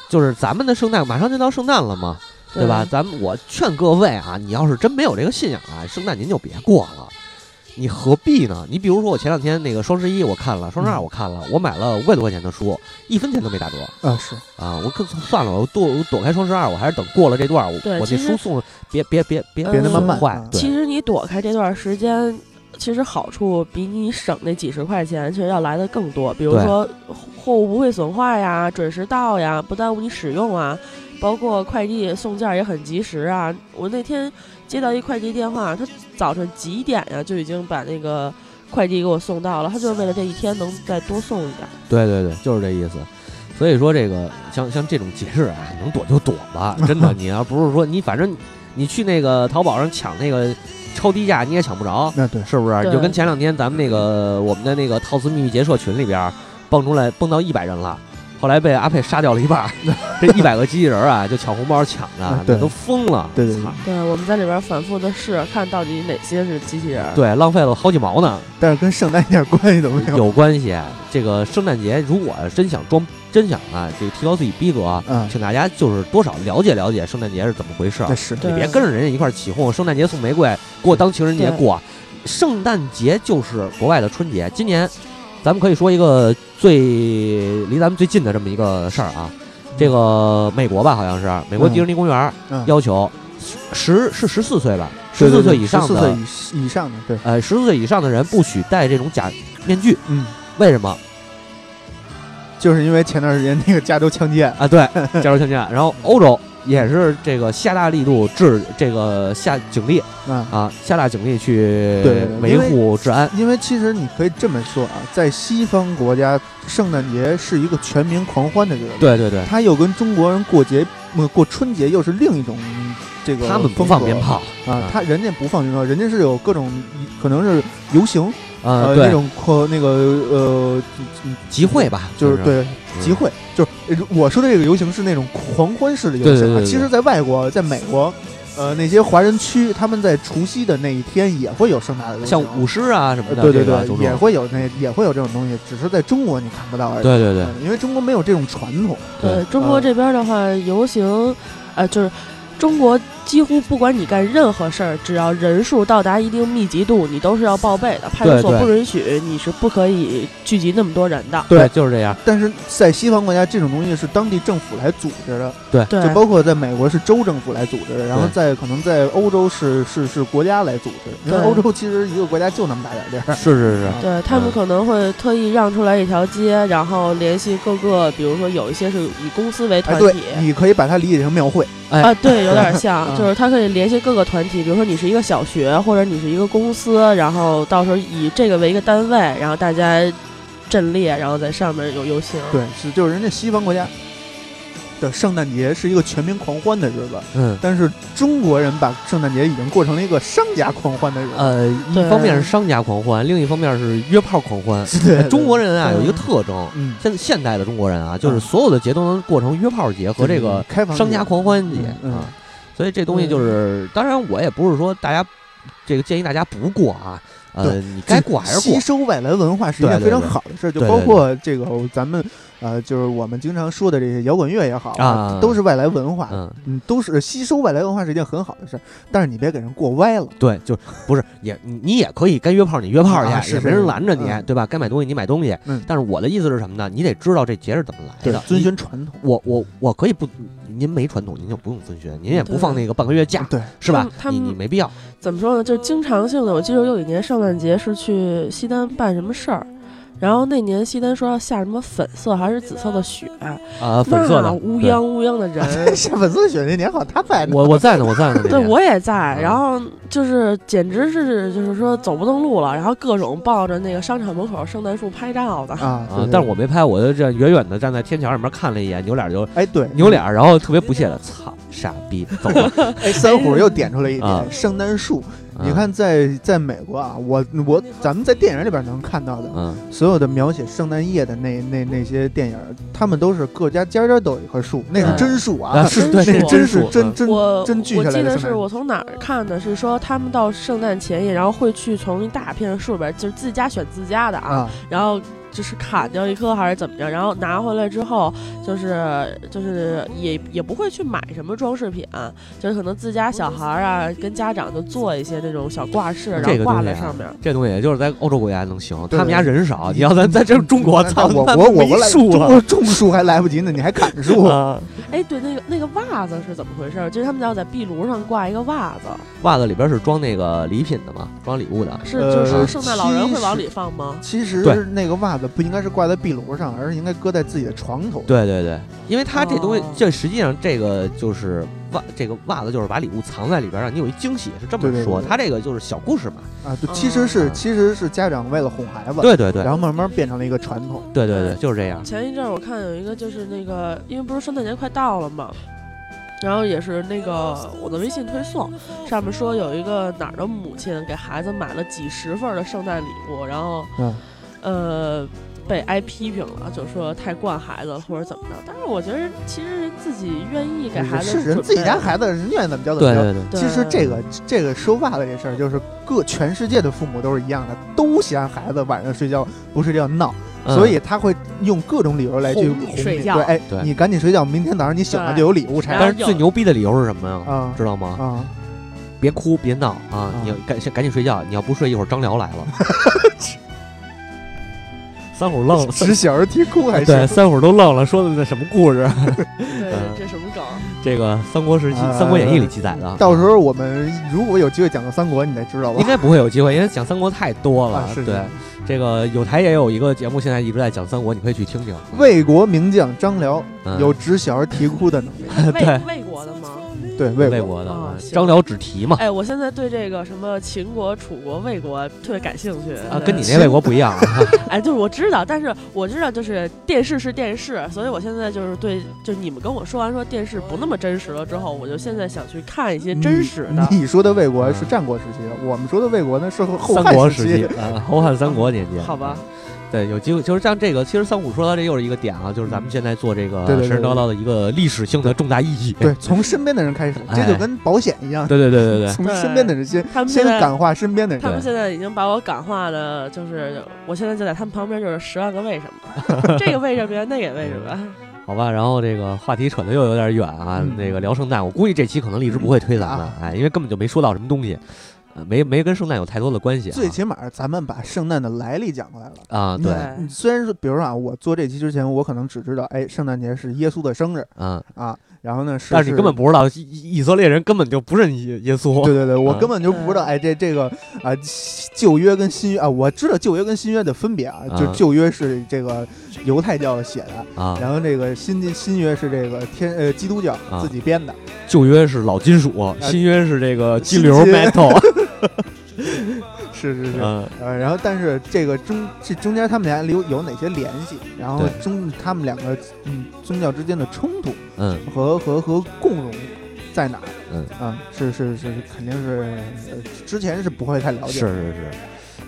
就是咱们的圣诞马上就到圣诞了嘛，对吧？？咱们我劝各位啊，你要是真没有这个信仰啊，圣诞您就别过了，你何必呢？你比如说我前两天那个双十一我看了，双十二嗯我看了，我买了五百多块钱的书，一分钱都没打折 <laughs> 啊，是啊！我更算了，我躲我躲开双十二，我还是等过了这段儿，我对我其这实书送了，别别别别别那么损慢坏啊，对其实你躲开这段时间，其实好处比你省那几十块钱其实要来的更多。比如对说货物不会损坏呀，准时到呀，不耽误你使用啊，包括快递送件也很及时啊。我那天接到一快递电话，他早晨几点呀就已经把那个。快递给我送到了，他就是为了这一天能再多送一点。对对对，就是这意思。所以说这个像像这种节日啊，能躲就躲吧，真 <laughs> 的。你要不是说你反正你去那个淘宝上抢那个超低价，你也抢不着，那对，是不是？对就跟前两天咱们那个我们的那个套词秘密结社群里边儿蹦出来蹦到一百人了。后来被阿佩杀掉了一半儿， <laughs> 这一百个机器人儿啊，就抢红包抢的啊，那对都疯了。对对对操对，我们在里边反复的试，看到底哪些是机器人。对，浪费了好几毛呢。但是跟圣诞一点关系都没有有关系。这个圣诞节，如果真想装，真想啊，这个提高自己逼格啊，嗯请大家就是多少了解了解圣诞节是怎么回事儿那，是对你别跟着人家一块儿起哄。圣诞节送玫瑰，给我当情人节对过。圣诞节就是国外的春节。今年，咱们可以说一个最离咱们最近的这么一个事儿啊，嗯这个美国吧，好像是美国迪士尼公园嗯要求十是十四岁吧，对十四对对岁以上14的岁以以上的，对，呃十四岁以上的人不许戴这种假面具，嗯，为什么？就是因为前段时间那个加州枪击案，啊， <laughs> 对，加州枪击案。然后欧洲也是这个下大力度治这个下警力啊，啊，下大警力去对对对维因为护治安。因为其实你可以这么说啊，在西方国家，圣诞节是一个全民狂欢的日子，对对对，它又跟中国人过节，呃过春节又是另一种这个他们不风放格鞭炮啊，他人家不放鞭炮，人家是有各种可能是游行啊，呃那对，种扩那个呃集会吧，就是对嗯集会，就是呃我说的这个游行是那种狂欢式的游对对行对啊。对其实，在外国，在美国，呃，那些华人区，他们在除夕的那一天也会有盛大的游行，像舞狮啊什么呃的，对对这个对种，种也会有那也会有这种东西，只是在中国你看不到而已。对对对嗯，因为中国没有这种传统。对对中国呃这边的话，游行，呃，就是中国几乎不管你干任何事儿，只要人数到达一定密集度，你都是要报备的。派出对所对不允许你是不可以聚集那么多人的。对就是这样。但是在西方国家，这种东西是当地政府来组织的，对就包括在美国是州政府来组织的，然后对在可能在欧洲是是是国家来组织，因为对欧洲其实一个国家就那么大点儿地儿。是是是，对他们嗯可能会特意让出来一条街，然后联系各个，比如说有一些是以公司为哎，团对体，。你可以把它理解成庙会，哎啊， <laughs> 对，有点像，嗯就是他可以联系各个团体，比如说你是一个小学，或者你是一个公司，然后到时候以这个为一个单位，然后大家阵列，然后在上面有游行。对，是就是人家西方国家的圣诞节是一个全民狂欢的日子，嗯。但是中国人把圣诞节已经过成了一个商家狂欢的日子。 <laughs> 呃，一对方面是商家狂欢，另一方面是约炮狂欢。对中国，人啊对有一个特征，对嗯，现在现代的中国人啊，就是嗯所有的节都能过成约炮节嗯和这个开放商家狂欢节嗯嗯啊，所以这东西就是，当然我也不是说大家这个建议大家不过啊，呃，对你该过还是吸过，收外来文化是一件非常好的事儿，就对对包括这个咱们呃，就是我们经常说的这些摇滚乐也好啊都是外来文化，嗯，嗯，都是吸收外来文化是一件很好的事儿，但是你别给人过歪了，对，就是不是也你你也可以该约炮你约炮啊去，是也没是人拦着你，嗯对吧？该买东西你买东西，嗯但是我的意思是什么呢？你得知道这节是怎么来的，遵。循传统，我我我可以不，您没传统，您就不用遵循，您也不对放那个半个月假，对，。是吧？他你们你没必要。怎么说呢？就是经常性的，我记得有一年圣诞节是去西单办什么事儿，然后那年西单说要下什么粉色还是紫色的雪，啊，粉色的那乌对泱乌泱 <laughs> 的人夏粉丝雪那年好，他在呢，我我在呢，我在 <laughs> 呢。那对，天我也在嗯，然后就是简直是就是说走不动路了，然后各种抱着那个商场门口圣诞树拍照的，啊啊，但是我没拍，我就这样远远的站在天桥上面看了一眼，扭脸就哎对扭脸，然后特别不屑的，操，傻逼，走了。哎，三虎又点出来一啊点，圣诞树。 <laughs> 你嗯，看在，在美国啊，我我咱们在电影里边能看到的，嗯所有的描写圣诞夜的那那那些电影，他们都是各家家家都有一棵树，那是真树啊，啊是那对，是是真树，真嗯真我真锯我下来记的得圣诞是树我从哪儿看的，是说他们到圣诞前夜，然后会去从一大片树里边，就是自己家选自己家的啊，啊，然后就是砍掉一棵还是怎么着，然后拿回来之后，就是就是也也不会去买什么装饰品、就是可能自家小孩儿啊跟家长就做一些这种小挂饰，然这后个挂东西在啊上面。这东西也就是在欧洲国家能行，对他们家人少，你要咱在这 <laughs> 中国，那操，我那我我没我来树中了国种树还来不及呢，你还砍树？啊！哎，对，那个那个袜子是怎么回事儿？就是他们要在壁炉上挂一个袜子，袜子里边是装那个礼品的嘛，装礼物的。是呃就是圣诞老人其会往实里放吗？其对实那个袜子不应该是挂在壁炉上，而是应该搁在自己的床头。对对对，因为它这东西哦，这实际上这个就是袜，这个袜子就是把礼物藏在里边，让你有一惊喜，是这么对对说。对它这个就是小故事嘛。啊，对，其实是嗯其实是家长为了哄孩子，对对对然，后慢慢变成了一个传统。对对对，就是这样。前一阵儿我看有一个就是那个，因为不是圣诞节快到了嘛，然后也是那个我的微信推送上面说有一个哪儿的母亲给孩子买了几十份儿的圣诞礼物，然后嗯，呃被挨批评了，就说太惯孩子了或者怎么着。但是我觉得其实人自己愿意给孩子是人准自己备家孩子，人愿意怎么教怎对么教。对对，对其实这个这个收袜子这事儿，就是各全世界的父母都是一样的，都嫌孩子晚上睡觉不睡觉闹，嗯所以他会用各种理由来去哄哄你你。睡觉对，哎对，你赶紧睡觉，明天早上你醒了对就有 <laughs> 礼物拆然后但是最牛逼的理由是什么呀？啊知道吗？啊！别哭，别闹啊！啊你要赶先赶紧睡觉，你要不睡，一会儿张辽来 <laughs> 了。三虎愣了，使小儿啼哭还嗯对，是三虎都愣了，说的那什么故事？对嗯这什么梗？ <laughs> <laughs> 这个三国时期，啊《三国演义》里记载的。啊到时候我们如果有机会讲到三国，你得知道吧应？该不会有机会，因为讲三国太多了。啊是对是，这个有台也有一个节目，现在一直在讲三国，你可以去听听。魏国名将张辽嗯有治小儿啼哭的能力，魏魏国的吗？对魏魏国。啊国的哦嗯行张辽只提嘛，哎，我现在对这个什么秦国、楚国、魏国特别感兴趣哎啊，对跟你那魏国不一 <laughs> 样啊。哎，就是我知道，但是我知道，就是电视是电视，所以我现在就是对，就是你们跟我说完说电视不那么真实了之后，我就现在想去看一些真实的。你说的魏国是嗯战国时期的，我们说的魏国呢是后后三汉国时时期，啊后汉三国年间。嗯好吧，对，有机会就是像这个，其实三虎说到这又是一个点啊，就是咱们现在做这个嗯对对对神神叨叨的一个历史性的重大意义。对，从身边的人开始，这哎就跟保险一样， <laughs> 对对对对对，从身边的人先他们先现在，感化身边的他们人。现在已经把我感化的，就是我现在就在他们旁边，就是十万个为什么，这个为什么呀，那个为什么，好吧。然后这个话题扯得又有点远啊，嗯那个聊圣诞，我估计这期可能荔枝不会推咱们啊，哎，因为根本就没说到什么东西，呃没没跟圣诞有太多的关系啊。最起嗯码咱们把圣诞的来历讲过来了。啊，你对，对你虽然说，比如说啊，我做这期之前，我可能只知道，哎，圣诞节是耶稣的生日嗯，啊，然后呢，是但是你根本不知道以以以色列人根本就不认耶耶稣对。对对，我嗯根本就不知道，哎，这这个啊，旧约跟新约啊，我知道旧约跟新约的分别啊，就嗯旧约是这个犹太教写的，啊，然后这个新新约是这个天呃基督教啊自己编的，旧约是老金属，新约是这个金流新约 <laughs> metal，是是是，嗯，呃，然后但是这个中这中间他们俩有有哪些联系？然后对中他们两个嗯宗教之间的冲突嗯，和和和共荣在哪儿？嗯啊，是是是，肯定是呃之前是不会太了是解是是，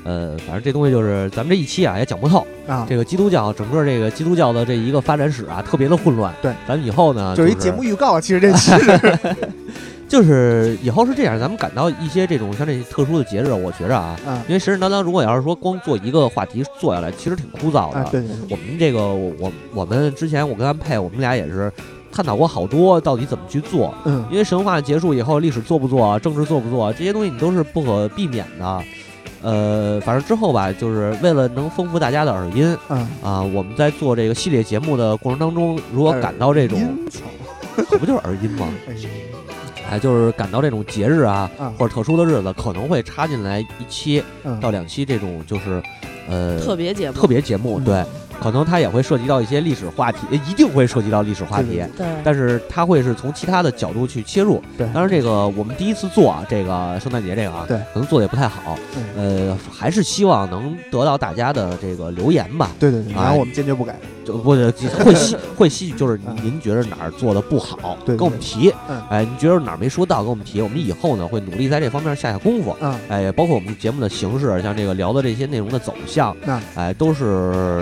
呃，反正这东西就是咱们这一期啊也讲不透。啊，这个基督教整个这个基督教的这一个发展史啊，特别的混乱。对，咱们以后呢，就就是一节目预告啊，其实这 <laughs> 期是就是以后是这样，咱们感到一些这种像这些特殊的节日，我觉着啊，啊因为神神叨叨，如果要是说光做一个话题做下来，其实挺枯燥的。啊，对对对。我们这个我我我们之前我跟安佩，我们俩也是探讨过好多到底怎么去做。嗯，因为神话结束以后，历史做不做啊，政治做不做啊，这些东西你都是不可避免的。呃，反正之后吧，就是为了能丰富大家的耳音，嗯，啊，我们在做这个系列节目的过程当中，如哎果感到这种， <laughs> 阴曹，可不就是耳音吗？ <laughs> 哎哎，就是感到这种节日啊，啊，或者特殊的日子，可能会插进来一期嗯到两期这种就是，呃，特别节目，特别节目，对，嗯可能它也会涉及到一些历史话题，呃一定会涉及到历史话对题对。对，但是它会是从其他的角度去切入，对当然这个我们第一次做啊，这个圣诞节这个啊，对，可能做的也不太好，嗯呃，还是希望能得到大家的这个留言吧，对对对，啊然后我们坚决不改，就 <laughs> 不是会吸会吸取，就是您觉得哪儿做的不好，对对跟我们提嗯。哎，您觉得哪儿没说到，跟我们提，我们以后呢会努力在这方面下下功夫。啊，哎，也包括我们节目的形式，像这个聊的这些内容的走向那，哎，都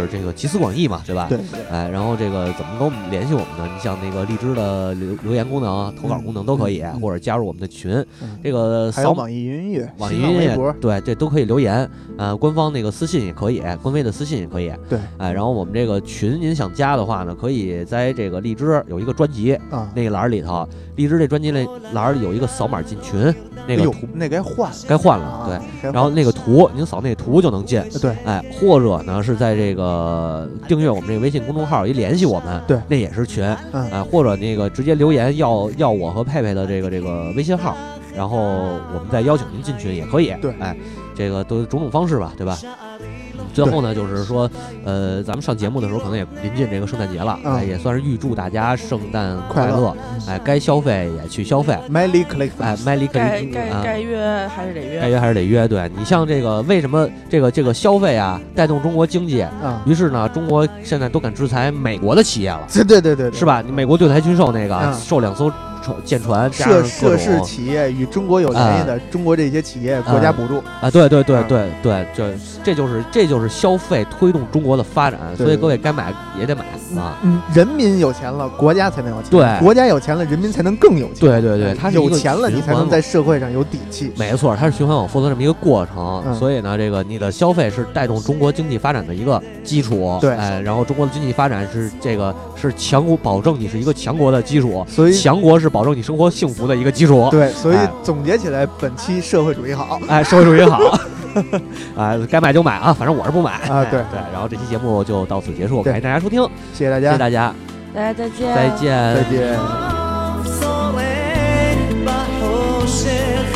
是这个集思广益嘛，对吧？对，哎，然后这个怎么跟我们联系我们呢？你像那个荔枝的留留言功能啊、投稿功能都可以，嗯嗯或者加入我们的群。嗯这个还有扫网易云音乐、网易新浪云音微乐博，对对都可以留言，呃，官方那个私信也可以，官微的私信也可以。对，哎，然后我们这个群您想加的话呢，可以在这个荔枝有一个专辑啊，那个栏儿里头，荔枝这专辑那栏儿里有一个扫码进群，那哎个呦图那该换了，该换了，啊对。，该换然后那个图，您扫那图就能进，对哎，或者呢是在这个订阅我们这个微信公众号，也联系我们，对那也是群，嗯哎，或者那个直接留言要要我和佩佩的这个这个微信号，然后我们再邀请您进群也可以，对哎，这个都种种方式吧，对吧？最后呢，就是说，呃，咱们上节目的时候可能也临近这个圣诞节了，嗯哎，也算是预祝大家圣诞快乐乐，哎，该消费也去消费， Miley Click，哎，麦里克该里该啊该约还是得该约。约还是得约。对你像这个，为什么这个这个消费啊，带动中国经济？啊，于是呢，中国现在都敢制裁美国的企业了，对对对对，对是吧？你美国对台军售那个嗯售两艘船舰船，加涉上涉各事种嗯企业与中国有联系的，中国这些企业国家补助，啊，对对对嗯对对，这这就是这就是消费推动中国的发展，对所以对各位该买也得买啊。嗯，人民有钱了，国家才能有钱，对国家有钱了，人民才能更有钱，对对对，它是一有个钱了，你循才环能嘛在社会上有底气，没错，它是循环往复的这么一个过程，嗯所以呢，这个你的消费是带动中国经济发展的一个基础，对哎，然后中国的经济发展是这个是强国保证你是一个强国的基础，所以强国是保证你生活幸福的一个基础，对，所以哎总结起来，本期社会主义好哎，社会主 <laughs> 义好，哎，该买就买啊，反正我是不买哎啊对对，然后这期节目就到此结束，对感谢大家收听，谢谢大谢家谢，大家，大家再见，再见，再见。 Solé, bajo, ser